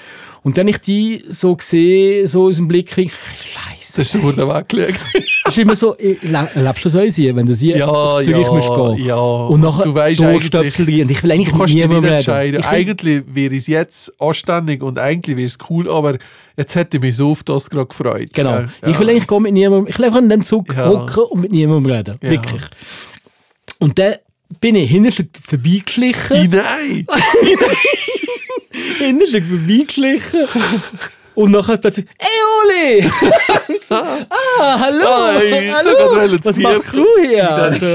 Speaker 3: Und dann ich die so sehe, so aus dem Blick, ich, scheiße.
Speaker 4: Das ist wurde weggelegt.
Speaker 3: Das ist immer so, ich- le- lebst du so eins hier, wenn du hier
Speaker 4: Ja,
Speaker 3: auf Zürich
Speaker 4: ja,
Speaker 3: musst gehen.
Speaker 4: ja.
Speaker 3: Und nachher
Speaker 4: Du weisst
Speaker 3: Ohrstöpsel
Speaker 4: eigentlich-
Speaker 3: rein. Und ich will eigentlich
Speaker 4: Du
Speaker 3: mit
Speaker 4: kannst dich nicht
Speaker 3: niemandem reden.
Speaker 4: entscheiden.
Speaker 3: Ich will-
Speaker 4: Eigentlich wäre es jetzt anständig und eigentlich wäre es cool, aber jetzt hätte ich mich so auf das gerade gefreut.
Speaker 3: Genau.
Speaker 4: Ja,
Speaker 3: ich will
Speaker 4: ja,
Speaker 3: eigentlich gar mit niemandem, ich will einfach in dem Zug
Speaker 4: Ja.
Speaker 3: hocken und mit niemandem reden.
Speaker 4: Ja.
Speaker 3: Wirklich. Und dann bin ich hinterstück vorbeigeschlichen.
Speaker 4: jetzt- Nein!
Speaker 3: Hinten ist er vorbeigeschlichen. Und nachher plötzlich, ey Oli! ah, hallo!
Speaker 4: Ah, ey, ich sag grad,
Speaker 3: hallo.
Speaker 4: welches
Speaker 3: Was
Speaker 4: Bier
Speaker 3: machst du hier? Also,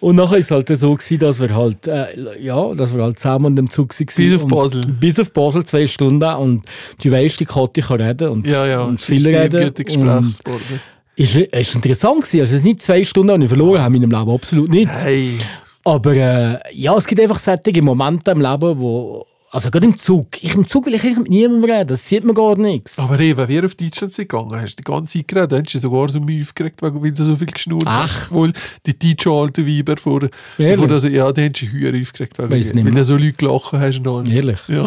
Speaker 3: und nachher war es halt so, gewesen, dass wir halt, äh, ja, dass wir halt zusammen an dem Zug waren.
Speaker 4: Bis auf
Speaker 3: Und-
Speaker 4: Basel.
Speaker 3: Bis auf Basel, zwei Stunden. Und du weißt, die Kathi kann reden und,
Speaker 4: Ja, ja.
Speaker 3: und
Speaker 4: es ist
Speaker 3: viel
Speaker 4: sehr
Speaker 3: reden.
Speaker 4: gute
Speaker 3: Und
Speaker 4: Gesprächspartner.
Speaker 3: Es war interessant. Gewesen. Also es sind nicht zwei Stunden, die ich verloren habe in meinem Leben. Absolut nicht.
Speaker 4: Hey.
Speaker 3: Aber äh, ja, es gibt einfach solche Momente im Leben, wo. Also gerade im Zug. Ich, Im Zug will ich eigentlich mit niemandem reden, das sieht man gar nichts.
Speaker 4: Aber eben, wie wir auf Deutschland sind gegangen hast, du die ganze Zeit geredet, hast du sogar so Mühe gekriegt, weil weil du so viel geschnurrt hast.
Speaker 3: Ach.
Speaker 4: Wohl die DJ alten Weiber vor,
Speaker 3: Ehrlich?
Speaker 4: vor das, ja, die haben sich höher aufgeregt, weil,
Speaker 3: Weiss nicht
Speaker 4: weil du
Speaker 3: mehr.
Speaker 4: so Leute gelachen hast und alles.
Speaker 3: Ehrlich?
Speaker 4: Ja.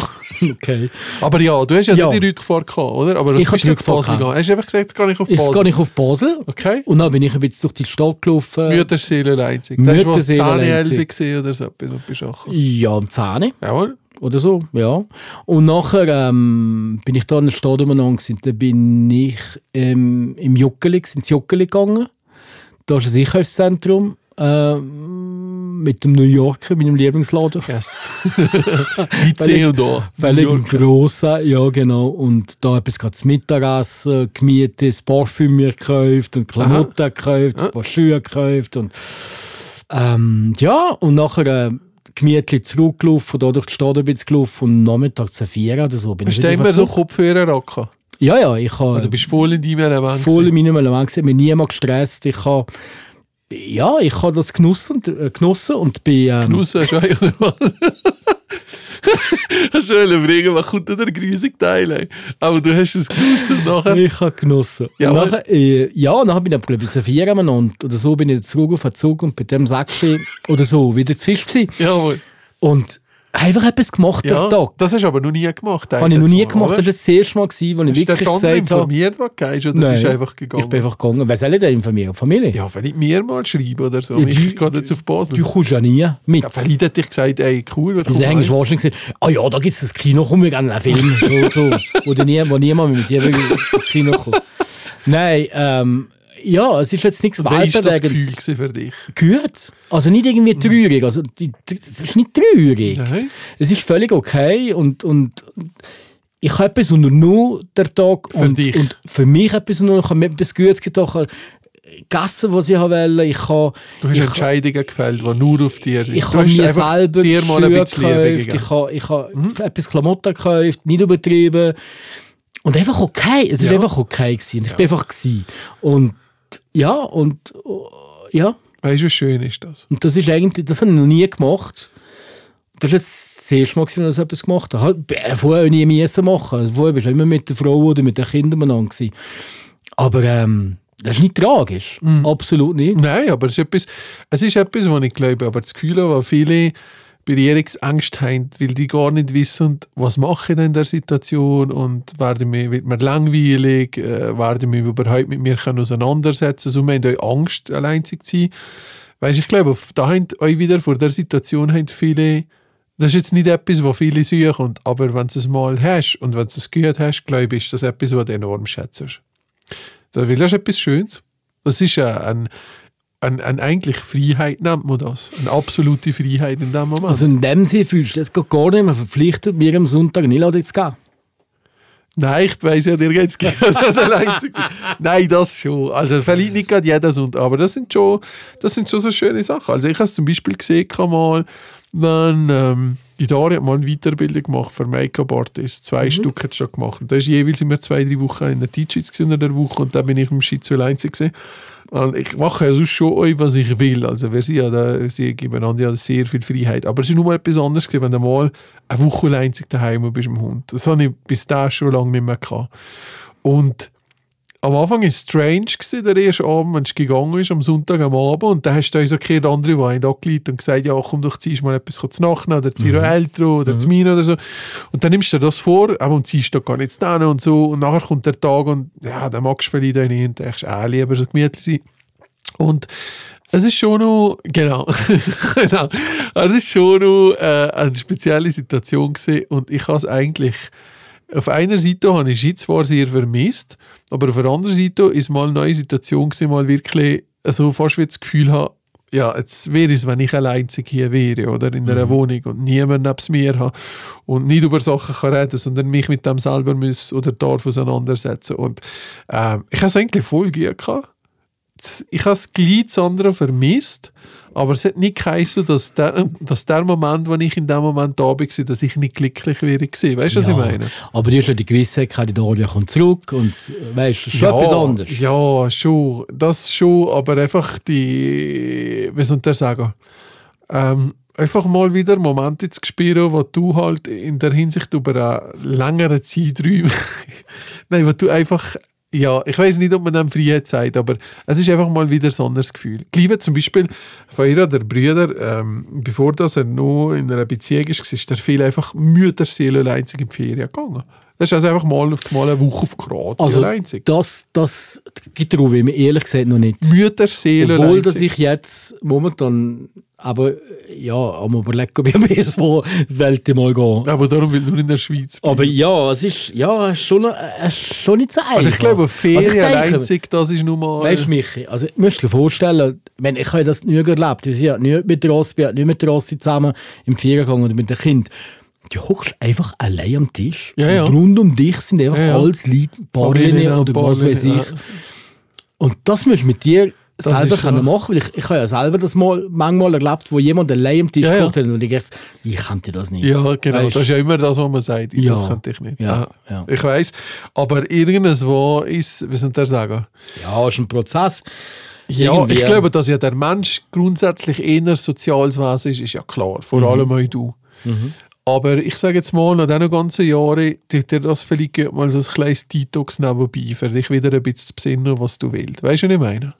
Speaker 3: okay.
Speaker 4: Aber ja, du hast ja,
Speaker 3: Ja.
Speaker 4: nicht die Rückfahrt gehabt, oder? Aber
Speaker 3: Ich hab
Speaker 4: bist
Speaker 3: die
Speaker 4: du auf
Speaker 3: Rückfahrt
Speaker 4: Basel
Speaker 3: gehabt.
Speaker 4: gegangen. Hast du einfach gesagt, jetzt gehe ich auf
Speaker 3: Ich
Speaker 4: Basel.
Speaker 3: gehe nicht auf Basel.
Speaker 4: Okay.
Speaker 3: Und dann bin ich ein bisschen durch die Stadt gelaufen.
Speaker 4: Mütterseelen einzig. Das war was
Speaker 3: Mütterseeleneinzig.
Speaker 4: 10, 11 oder so etwas und bist angekommen.
Speaker 3: Ja, am Zähne
Speaker 4: Jawohl.
Speaker 3: oder so, ja. Und nachher ähm, bin ich da in der Stadt umeinander gewesen. Dann bin ich ähm, im Juckeli, gewesen, ins Juckeli gegangen. Da ist ein Einkaufszentrum ähm, mit dem New Yorker, meinem Lieblingsladen.
Speaker 4: Yes. Wie C und A.
Speaker 3: Völlig
Speaker 4: New
Speaker 3: ein
Speaker 4: York.
Speaker 3: grosser, ja genau. Und da etwas gerade zum Mittagessen gemietet, das Parfüm mir gekauft und Klamotten gekauft, ein paar Schuhe gekauft und ähm, ja, und nachher äh, gemütlich zurückgelaufen, da durch die Stadt ein bisschen gelaufen und nachmittags zu vier oder so bin
Speaker 4: Hast
Speaker 3: ich
Speaker 4: du
Speaker 3: wieder
Speaker 4: immer so
Speaker 3: zurück.
Speaker 4: Kopfhörer angehabt?
Speaker 3: Ja, ja, ich habe
Speaker 4: Also bist du voll in deinem Element
Speaker 3: voll in
Speaker 4: gewesen?
Speaker 3: meinem Element gewesen, hat mich niemand gestresst. Ich habe, ja, ich habe das genossen, äh, genossen und bin... Ähm,
Speaker 4: Nuss hast du auch, oder was? Hast du wollen fragen, was kommt denn der grüßige Teil? ey? Aber du hast es gewusst und nachher...
Speaker 3: Ich habe genossen.
Speaker 4: Ja,
Speaker 3: Ja,
Speaker 4: aber-
Speaker 3: nachher, äh, ja, nachher bin ich glaube ich, bis vier am und oder so bin ich zurück auf den Zug und bei dem Säckchen oder so wieder zu Fisch gewesen.
Speaker 4: Jawohl.
Speaker 3: Und einfach etwas gemacht
Speaker 4: Ja,
Speaker 3: am Tag.
Speaker 4: das hast du aber noch nie gemacht.
Speaker 3: Habe ich noch nie gemacht.
Speaker 4: Hast
Speaker 3: Das war das erste Mal, gewesen, wo ich
Speaker 4: du
Speaker 3: wirklich
Speaker 4: den anderen
Speaker 3: gesagt habe...
Speaker 4: informiert, was du gehst, oder bist du einfach gegangen?
Speaker 3: ich bin einfach gegangen. Wer soll ich denn informieren? Die Familie?
Speaker 4: Ja, wenn ich mir mal schreibe oder so.
Speaker 3: Ja, du-
Speaker 4: ich gehe jetzt auf Basel.
Speaker 3: Du kommst ja nie mit.
Speaker 4: ja, vielleicht hätte ich gesagt, ey, cool, wir
Speaker 3: Und dann hängst du wahrscheinlich gesehen, ah ja, da gibt es ein Kino, komm, wir gehen in einen Film. So, so. Oder nie, wo niemand mit dir wirklich ins Kino kommt. Nein, ähm, ja, es ist jetzt nichts
Speaker 4: Wie war das Gefühl
Speaker 3: Weltbewegendes.
Speaker 4: gewesen für dich?
Speaker 3: gehört. Also nicht irgendwie traurig. Also, die- die- es ist nicht traurig.
Speaker 4: Mhm. Nein.
Speaker 3: Es ist völlig okay und, und und ich habe etwas unter nur der Tag
Speaker 4: Für
Speaker 3: und,
Speaker 4: dich.
Speaker 3: und für mich etwas unter ich habe mir etwas Gutes getan. gegessen, was ich wollte. Ich habe
Speaker 4: Du hast
Speaker 3: ich-
Speaker 4: Entscheidungen gefällt, die nur auf dir sind.
Speaker 3: ich
Speaker 4: Du
Speaker 3: habe
Speaker 4: hast
Speaker 3: mir
Speaker 4: einfach
Speaker 3: selber
Speaker 4: dir mal ein bisschen
Speaker 3: gekauft,
Speaker 4: Liebe gegeben. Mhm.
Speaker 3: ich habe, ich habe etwas Klamotten gekauft, nicht übertrieben. Und einfach okay. Es war
Speaker 4: Ja.
Speaker 3: einfach okay. Gewesen. Und Ich bin einfach gewesen. Und ja, und oh, ja.
Speaker 4: Weißt du, wie schön ist das?
Speaker 3: Und das ist eigentlich, das habe ich noch nie gemacht. Das ist das erste Mal, gewesen, dass ich etwas gemacht habe. Ich habe vorher nie müssen machen. Also Vorher bist du immer mit der Frau oder mit den Kindern miteinander. gewesen. Aber ähm, das ist nicht tragisch. Absolut nicht.
Speaker 4: Nein, aber es ist etwas, es ist etwas, was ich glaube, aber das Gefühl, was viele Berührungsängste haben, weil die gar nicht wissen, was mache ich denn in der Situation und werden mir, wird mir langweilig, äh, werden wir überhaupt mit mir können auseinandersetzen also wir haben euch Angst, allein zu sein. Weißt, ich glaube, auf- da haben euch wieder vor der Situation haben viele, das ist jetzt nicht etwas, was viele suchen, und- aber wenn du es mal hast und wenn du es gehört hast, glaube ich, ist das etwas, was du enorm schätzt. Das, weil das ist etwas Schönes. Das ist ein, ein, ein, ein eigentlich Freiheit, nennt man das. Eine absolute Freiheit in dem Moment.
Speaker 3: Also in dem Sinne fühlst du dich jetzt gar nicht mehr verpflichtet, mir am Sonntag nicht laden zu gehen.
Speaker 4: Nein, ich weiss ja, dir geht's es allein zu gut. Nein, das schon. Also vielleicht nicht gerade jeder Sonntag, aber das sind schon, das sind schon so schöne Sachen. Also ich habe zum Beispiel gesehen, kann mal, wenn ähm, die Daria hat mal eine Weiterbildung gemacht für Make-up-Artists. Zwei Stück hat sie schon gemacht. Und da ist jeweils immer zwei, drei Wochen in der Teachings gewesen in der Woche und dann bin ich im Schizo allein gewesen. Und ich mache ja sonst schon euch, was ich will. Also wir sind ja da, sie geben einander ja sehr viel Freiheit. Aber es ist nur mal etwas anderes, gewesen, wenn du mal eine Woche lang einzig daheim bist mit dem Hund. Das habe ich bis dahin schon lange nicht mehr gehabt. Und am Anfang war es strange, gewesen, der erste Abend, wenn es gegangen ist, am Sonntag am Abend. Und dann hast du uns so keine andere, die einen angeleitet und gesagt, ja komm, doch ziehst mal etwas zu Nacht oder zieh mhm. Eltro oder zu mir oder so. Und dann nimmst du dir das vor, aber und ziehst da gar nicht hin und so. Und nachher kommt der Tag und ja, dann magst du vielleicht auch nicht. Und denkst, ah, lieber so gemütlich sein. Und es ist schon noch, genau, genau. es ist schon noch äh, eine spezielle Situation gewesen und ich habe es eigentlich, auf einer Seite habe ich sie zwar sehr vermisst, aber auf der anderen Seite ist mal eine neue Situation gewesen, mal wirklich, also fast wie das Gefühl habe, ja, jetzt wäre es, wenn ich allein hier wäre oder in einer Wohnung und niemand neben mir habe und nicht über Sachen kann reden, sondern mich mit dem selber muss oder darf auseinandersetzen. Und ähm, ich habe es eigentlich voll gut gehabt ich habe das gleich das andere vermisst, aber es hat nicht geheißen, dass der, dass der Moment, wo ich in dem Moment da war, dass ich nicht glücklich wäre. gewesen. Weißt du, was ich meine?
Speaker 3: Aber die ist ja die Gewissheit, keine Daria kommt zurück und äh, weißt, das ist schon etwas anderes.
Speaker 4: Ja, schon. Das schon, aber einfach die. Wie soll ich das sagen? Ähm, einfach mal wieder Momente zu spüren, wo du halt in der Hinsicht über eine längere Zeiträume. Nein, wo du einfach. Ja, ich weiß nicht, ob man dem Freiheit sagt, aber es ist einfach mal wieder so ein anderes Gefühl. Gleiche zum Beispiel von ihrer der Brüder, ähm, bevor das er noch in einer Beziehung war, ist der viel einfach Mütterseelen einzig in die Ferien gegangen. Das ist also einfach mal auf mal eine Woche auf Kroatien
Speaker 3: Also
Speaker 4: einzig.
Speaker 3: das, das gibt es mir ehrlich gesagt noch nicht.
Speaker 4: Mütterseelen.
Speaker 3: Obwohl, dass ich jetzt momentan aber ja, am überlegen, ob ich am ersten Mal die Welt mal gehe.
Speaker 4: Aber darum will nur in der Schweiz. bleiben.
Speaker 3: Aber ja, es ist, ja, es ist, schon, es ist schon nicht so einfach.
Speaker 4: also ich glaube, Ferien
Speaker 3: ich denke-
Speaker 4: einzig, das ist nun mal.
Speaker 3: Weißt du, Michi, also, du musst dir vorstellen, wenn ich habe das nie erlebt wir sind ja nicht mit der Rossi, bin ja nicht mit der Rossi zusammen im Viergang oder mit dem Kind. Du hockst einfach allein am Tisch.
Speaker 4: Ja, ja.
Speaker 3: Und rund um dich sind einfach
Speaker 4: Ja, ja.
Speaker 3: alles Leute,
Speaker 4: Familien,
Speaker 3: Barlinnen oder was
Speaker 4: Barlinnen,
Speaker 3: weiß ich.
Speaker 4: ja.
Speaker 3: Und das musst du mit dir selber
Speaker 4: ist so.
Speaker 3: können machen, weil ich, ich habe ja selber das mal, manchmal erlebt, wo jemand allein am Tisch
Speaker 4: Ja, ja.
Speaker 3: gekocht hat und ich dachte, ich kannte das nicht.
Speaker 4: Ja, nou, genau.
Speaker 3: Weißt,
Speaker 4: Das ist ja immer das, was man sagt. Ich,
Speaker 3: Ja.
Speaker 4: Das könnte ich nicht.
Speaker 3: Ja, ja.
Speaker 4: Ich weiß. Aber irgendwo ist, wie soll ich das sagen?
Speaker 3: ja, ist ein Prozess.
Speaker 4: Ja,
Speaker 3: Irgendwie.
Speaker 4: ich glaube, dass ja der Mensch grundsätzlich eher soziales Wesen ist, ist ja klar. Vor allem auch du. Aber ich sage jetzt mal, nach diesen ganzen Jahren, tut dir das vielleicht gut mal so ein kleines Detox nebenbei, für dich wieder ein bisschen zu besinnen, was du willst. Weißt du, was ich meine?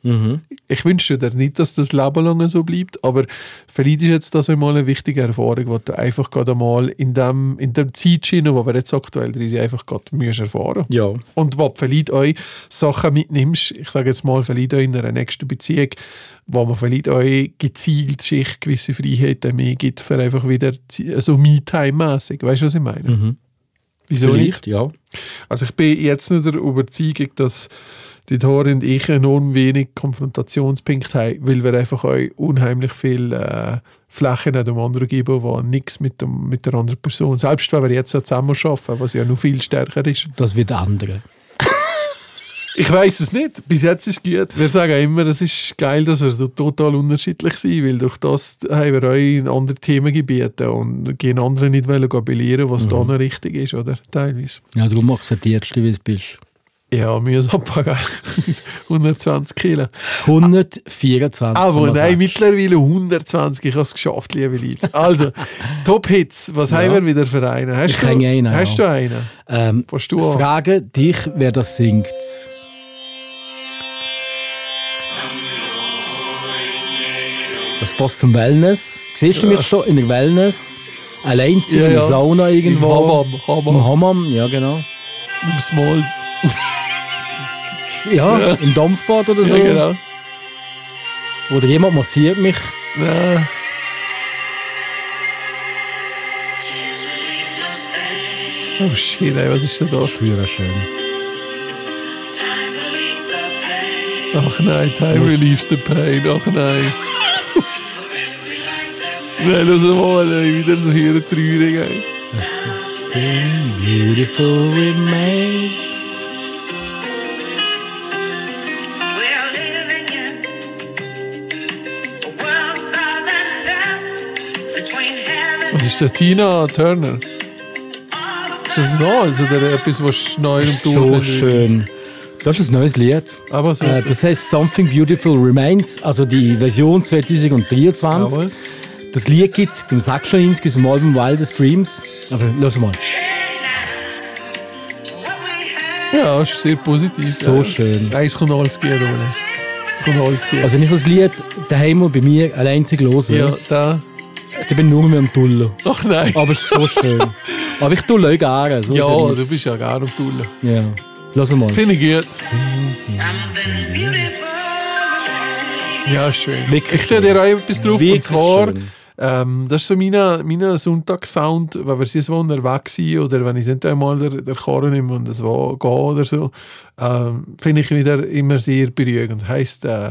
Speaker 4: Ich wünsche dir nicht, dass das Leben lang so bleibt, aber vielleicht ist jetzt das einmal eine wichtige Erfahrung, die du einfach gerade mal in dem, in dem Zeitschienen, wo wir jetzt aktuell drin sind, einfach gerade musst erfahren
Speaker 3: Ja.
Speaker 4: und wo du vielleicht euch Sachen mitnimmst, ich sage jetzt mal, vielleicht euch in einer nächsten Beziehung, wo man vielleicht euch gezielt sich gewisse Freiheiten mehr gibt, für einfach wieder zi- so Me-Time-mässig. Weißt du, was ich meine? Wieso nicht?
Speaker 3: Vielleicht, ja.
Speaker 4: Also ich bin jetzt nicht der Überzeugung, dass die Tore und ich enorm wenig Konfrontationspunkte haben, weil wir einfach euch unheimlich viel äh, Flächen an dem anderen geben, wo nichts mit, dem, mit der anderen Person, selbst wenn wir jetzt ja zusammen arbeiten, was ja noch viel stärker ist.
Speaker 3: Das wird andere.
Speaker 4: Ich weiß es nicht. Bis jetzt ist es gut. Wir sagen immer, es ist geil, dass wir so total unterschiedlich sind, weil durch das haben wir auch in andere Themengebiete und gehen andere nicht wollen gehen belehren, was
Speaker 3: Mhm.
Speaker 4: da noch richtig ist, oder? Teilweise.
Speaker 3: Ja, also du machst ja die Ärzte, wie es bist.
Speaker 4: Ja, mühsam pagar. 120 Kilo.
Speaker 3: 124.
Speaker 4: Aber Ah, nein, mittlerweile 120. Ich habe es geschafft, liebe Leute. Also, Top Hits. Was haben wir wieder für einen? Hast
Speaker 3: Ich
Speaker 4: du
Speaker 3: kenne einen,
Speaker 4: Hast
Speaker 3: ja.
Speaker 4: du einen?
Speaker 3: ähm,
Speaker 4: Fast du an.
Speaker 3: frage dich, wer das singt. Das passt zum Wellness. Siehst du mich schon in der Wellness? Allein sein,
Speaker 4: Ja,
Speaker 3: in der
Speaker 4: ja.
Speaker 3: Sauna
Speaker 4: Im
Speaker 3: irgendwo.
Speaker 4: Hammam.
Speaker 3: Im
Speaker 4: Hammam.
Speaker 3: Hammam, ja genau.
Speaker 4: Im Small.
Speaker 3: Ja, im Dampfbad oder so.
Speaker 4: Ja, genau.
Speaker 3: Oder jemand massiert mich.
Speaker 4: Nein. Oh shit, ey, was ist denn da?
Speaker 3: Früher schön.
Speaker 4: Ach nein, Time relieves the pain, ach nein. nein, lass mal, ey, wieder so hier eine Trauerung, ey.
Speaker 3: Beautiful remain.
Speaker 5: We're living in a world stars and dust between heaven
Speaker 4: Was ist der Tina Turner?
Speaker 5: all the
Speaker 4: Ist das noch? Also der etwas, was neu und
Speaker 3: So schön. Das ist ein neues Lied.
Speaker 4: Aber so.
Speaker 3: Äh, das heißt Something Beautiful Remains, also die Version 2023.
Speaker 4: Jawohl.
Speaker 3: Das Lied gibt es dem Sakschaninsky aus dem Album Wildest Dreams. Aber lass mal.
Speaker 5: what we have
Speaker 4: Ja, ist sehr positiv.
Speaker 3: So
Speaker 4: ja.
Speaker 3: schön.
Speaker 4: Nein, es kommt alles gut,
Speaker 5: Hm?
Speaker 4: oder? Es kommt alles gut.
Speaker 3: Also wenn ich das Lied daheim und bei mir allein höre,
Speaker 4: ja, da.
Speaker 3: dann bin ich nur mehr am Dullen.
Speaker 4: Ach nein.
Speaker 3: Aber es ist so schön. Aber ich dulle euch gerne. So
Speaker 4: ja,
Speaker 3: ist
Speaker 4: du
Speaker 3: es nicht.
Speaker 4: bist ja gar am Tullen.
Speaker 3: Ja. Lass mal.
Speaker 4: Finde ich gut.
Speaker 5: something beautiful
Speaker 4: Ja, schön.
Speaker 3: Wirklich
Speaker 4: ich stelle dir auch etwas drauf.
Speaker 3: Wirklich
Speaker 4: und zwar,
Speaker 3: schön.
Speaker 4: ähm, das ist so mein, mein Sonntagssound, wenn wir sonst wo unterwegs sind oder wenn ich nicht einmal den, den Karren nehme und es gehe oder so, ähm, finde ich wieder immer sehr berührend. Heißt, äh,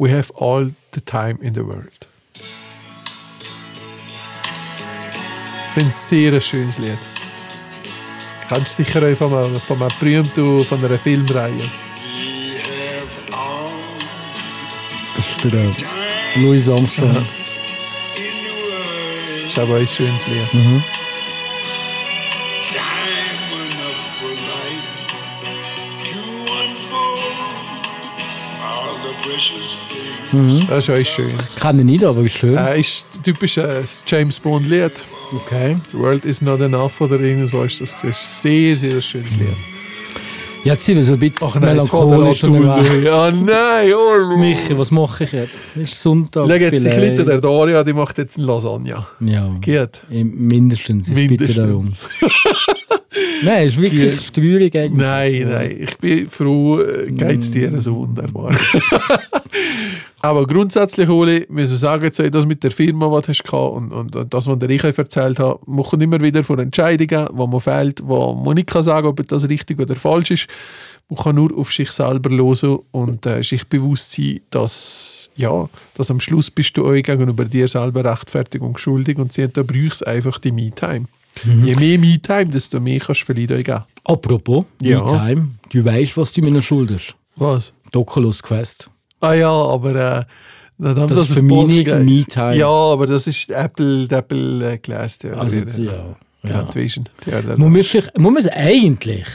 Speaker 4: we have all the time in the world. Ich finde es sehr ein schönes Lied. Kennst du sicher auch von einem, von einem berühmten, von einer Filmreihe.
Speaker 3: Das ist für den Louis Armstrong.
Speaker 4: Das ist aber auch ein schönes Lied.
Speaker 3: Mhm.
Speaker 4: Das ist auch schön.
Speaker 3: Kann ich nicht, aber ist schön.
Speaker 4: Äh, ist typisch äh, das James Bond Lied.
Speaker 3: Okay.
Speaker 4: The World is not enough oder irgendwas war das. Das ist sehr, sehr schönes Lied.
Speaker 3: Jetzt sind wir so ein bisschen
Speaker 4: jetzt fährt er an
Speaker 3: melancholisch
Speaker 4: zu
Speaker 3: unterwegs.
Speaker 4: tun. Ja, nein, oh,
Speaker 3: Michi, was mache ich jetzt? Es ist Sonntag.
Speaker 4: Schau jetzt, ich
Speaker 3: vielleicht.
Speaker 4: litte der Daria, die macht jetzt eine Lasagne.
Speaker 3: Ja.
Speaker 4: Geht.
Speaker 3: Im- Mindestens, ich bitte darum.
Speaker 4: Mindestens.
Speaker 3: Nein, es ist wirklich es ist traurig eigentlich.
Speaker 4: Nein, nein, ich bin froh, äh, geht's dir so wunderbar. Aber grundsätzlich, Oli, müssen wir sagen, so, das mit der Firma, was du hast gehabt und, und, und das, was dir ich erzählt habe, man kommt immer wieder von Entscheidungen, wo man fehlt, wo man nicht kann sagen ob das richtig oder falsch ist. Man kann nur auf sich selber hören und äh, sich bewusst sein, dass, ja, dass am Schluss bist du euch gegenüber dir selber rechtfertig und schuldig und sie- da brauchst du einfach die Me-Time. Je mehr Me-Time, desto mehr kannst du vielleicht euch geben.
Speaker 3: Apropos,
Speaker 4: Ja.
Speaker 3: ja. Time, du weißt, was du mir schuldest.
Speaker 4: Was?
Speaker 3: Doculus Quest.
Speaker 4: Ah ja, aber äh, na, dann
Speaker 3: Das ist für
Speaker 4: ein
Speaker 3: mich
Speaker 4: Boss-
Speaker 3: nicht Me-Time.
Speaker 4: Ja, aber das ist Apple, die Apple äh, Glass Theory.
Speaker 3: Also, ja.
Speaker 4: Ja,
Speaker 3: ja.
Speaker 4: die Vision Theory.
Speaker 3: Man, muss sich, man muss eigentlich,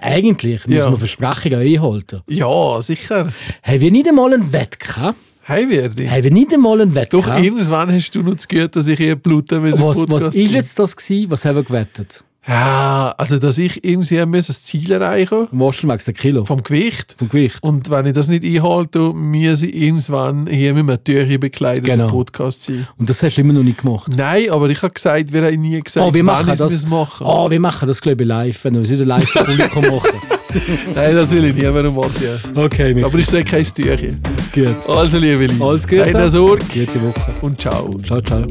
Speaker 3: eigentlich muss
Speaker 4: Ja.
Speaker 3: man Versprechungen einhalten.
Speaker 4: Ja, sicher.
Speaker 3: Haben wir nicht einmal einen Wett gehabt?
Speaker 4: Hey, Verdi.
Speaker 3: Haben wir nicht einmal einen Wett
Speaker 4: Doch
Speaker 3: gehabt?
Speaker 4: irgendwann hast du noch das Gehört, dass ich hier bluten muss. im
Speaker 3: Was, was
Speaker 4: Podcast.
Speaker 3: ist jetzt das gewesen? Was haben wir gewettet?
Speaker 4: Ja, also dass ich irgendwie ein Ziel erreichen muss,
Speaker 3: Waschen magst du ein Kilo?
Speaker 4: vom Gewicht.
Speaker 3: Vom Gewicht.
Speaker 4: Und wenn ich das nicht einhalte, muss ich irgendwann hier mit einem Türchen bekleidet
Speaker 3: Genau.
Speaker 4: im Podcast sein.
Speaker 3: Und das hast du immer noch nicht gemacht.
Speaker 4: Nein, aber ich habe gesagt, wir haben nie gesagt,
Speaker 3: Oh, wir machen
Speaker 4: wann ich
Speaker 3: das.
Speaker 4: es machen
Speaker 3: Oh, wir machen das, glaube ich, live, wenn wir es wieder live für Publikum machen.
Speaker 4: Nein, das will ich nie, warum warte ich?
Speaker 3: Okay, mich
Speaker 4: Aber ich sage kein Türchen.
Speaker 3: gut.
Speaker 4: Also, liebe Leute,
Speaker 3: Alles Gute.
Speaker 4: habt eine Sorge
Speaker 3: Gute Woche.
Speaker 4: und ciao.
Speaker 3: Ciao, ciao.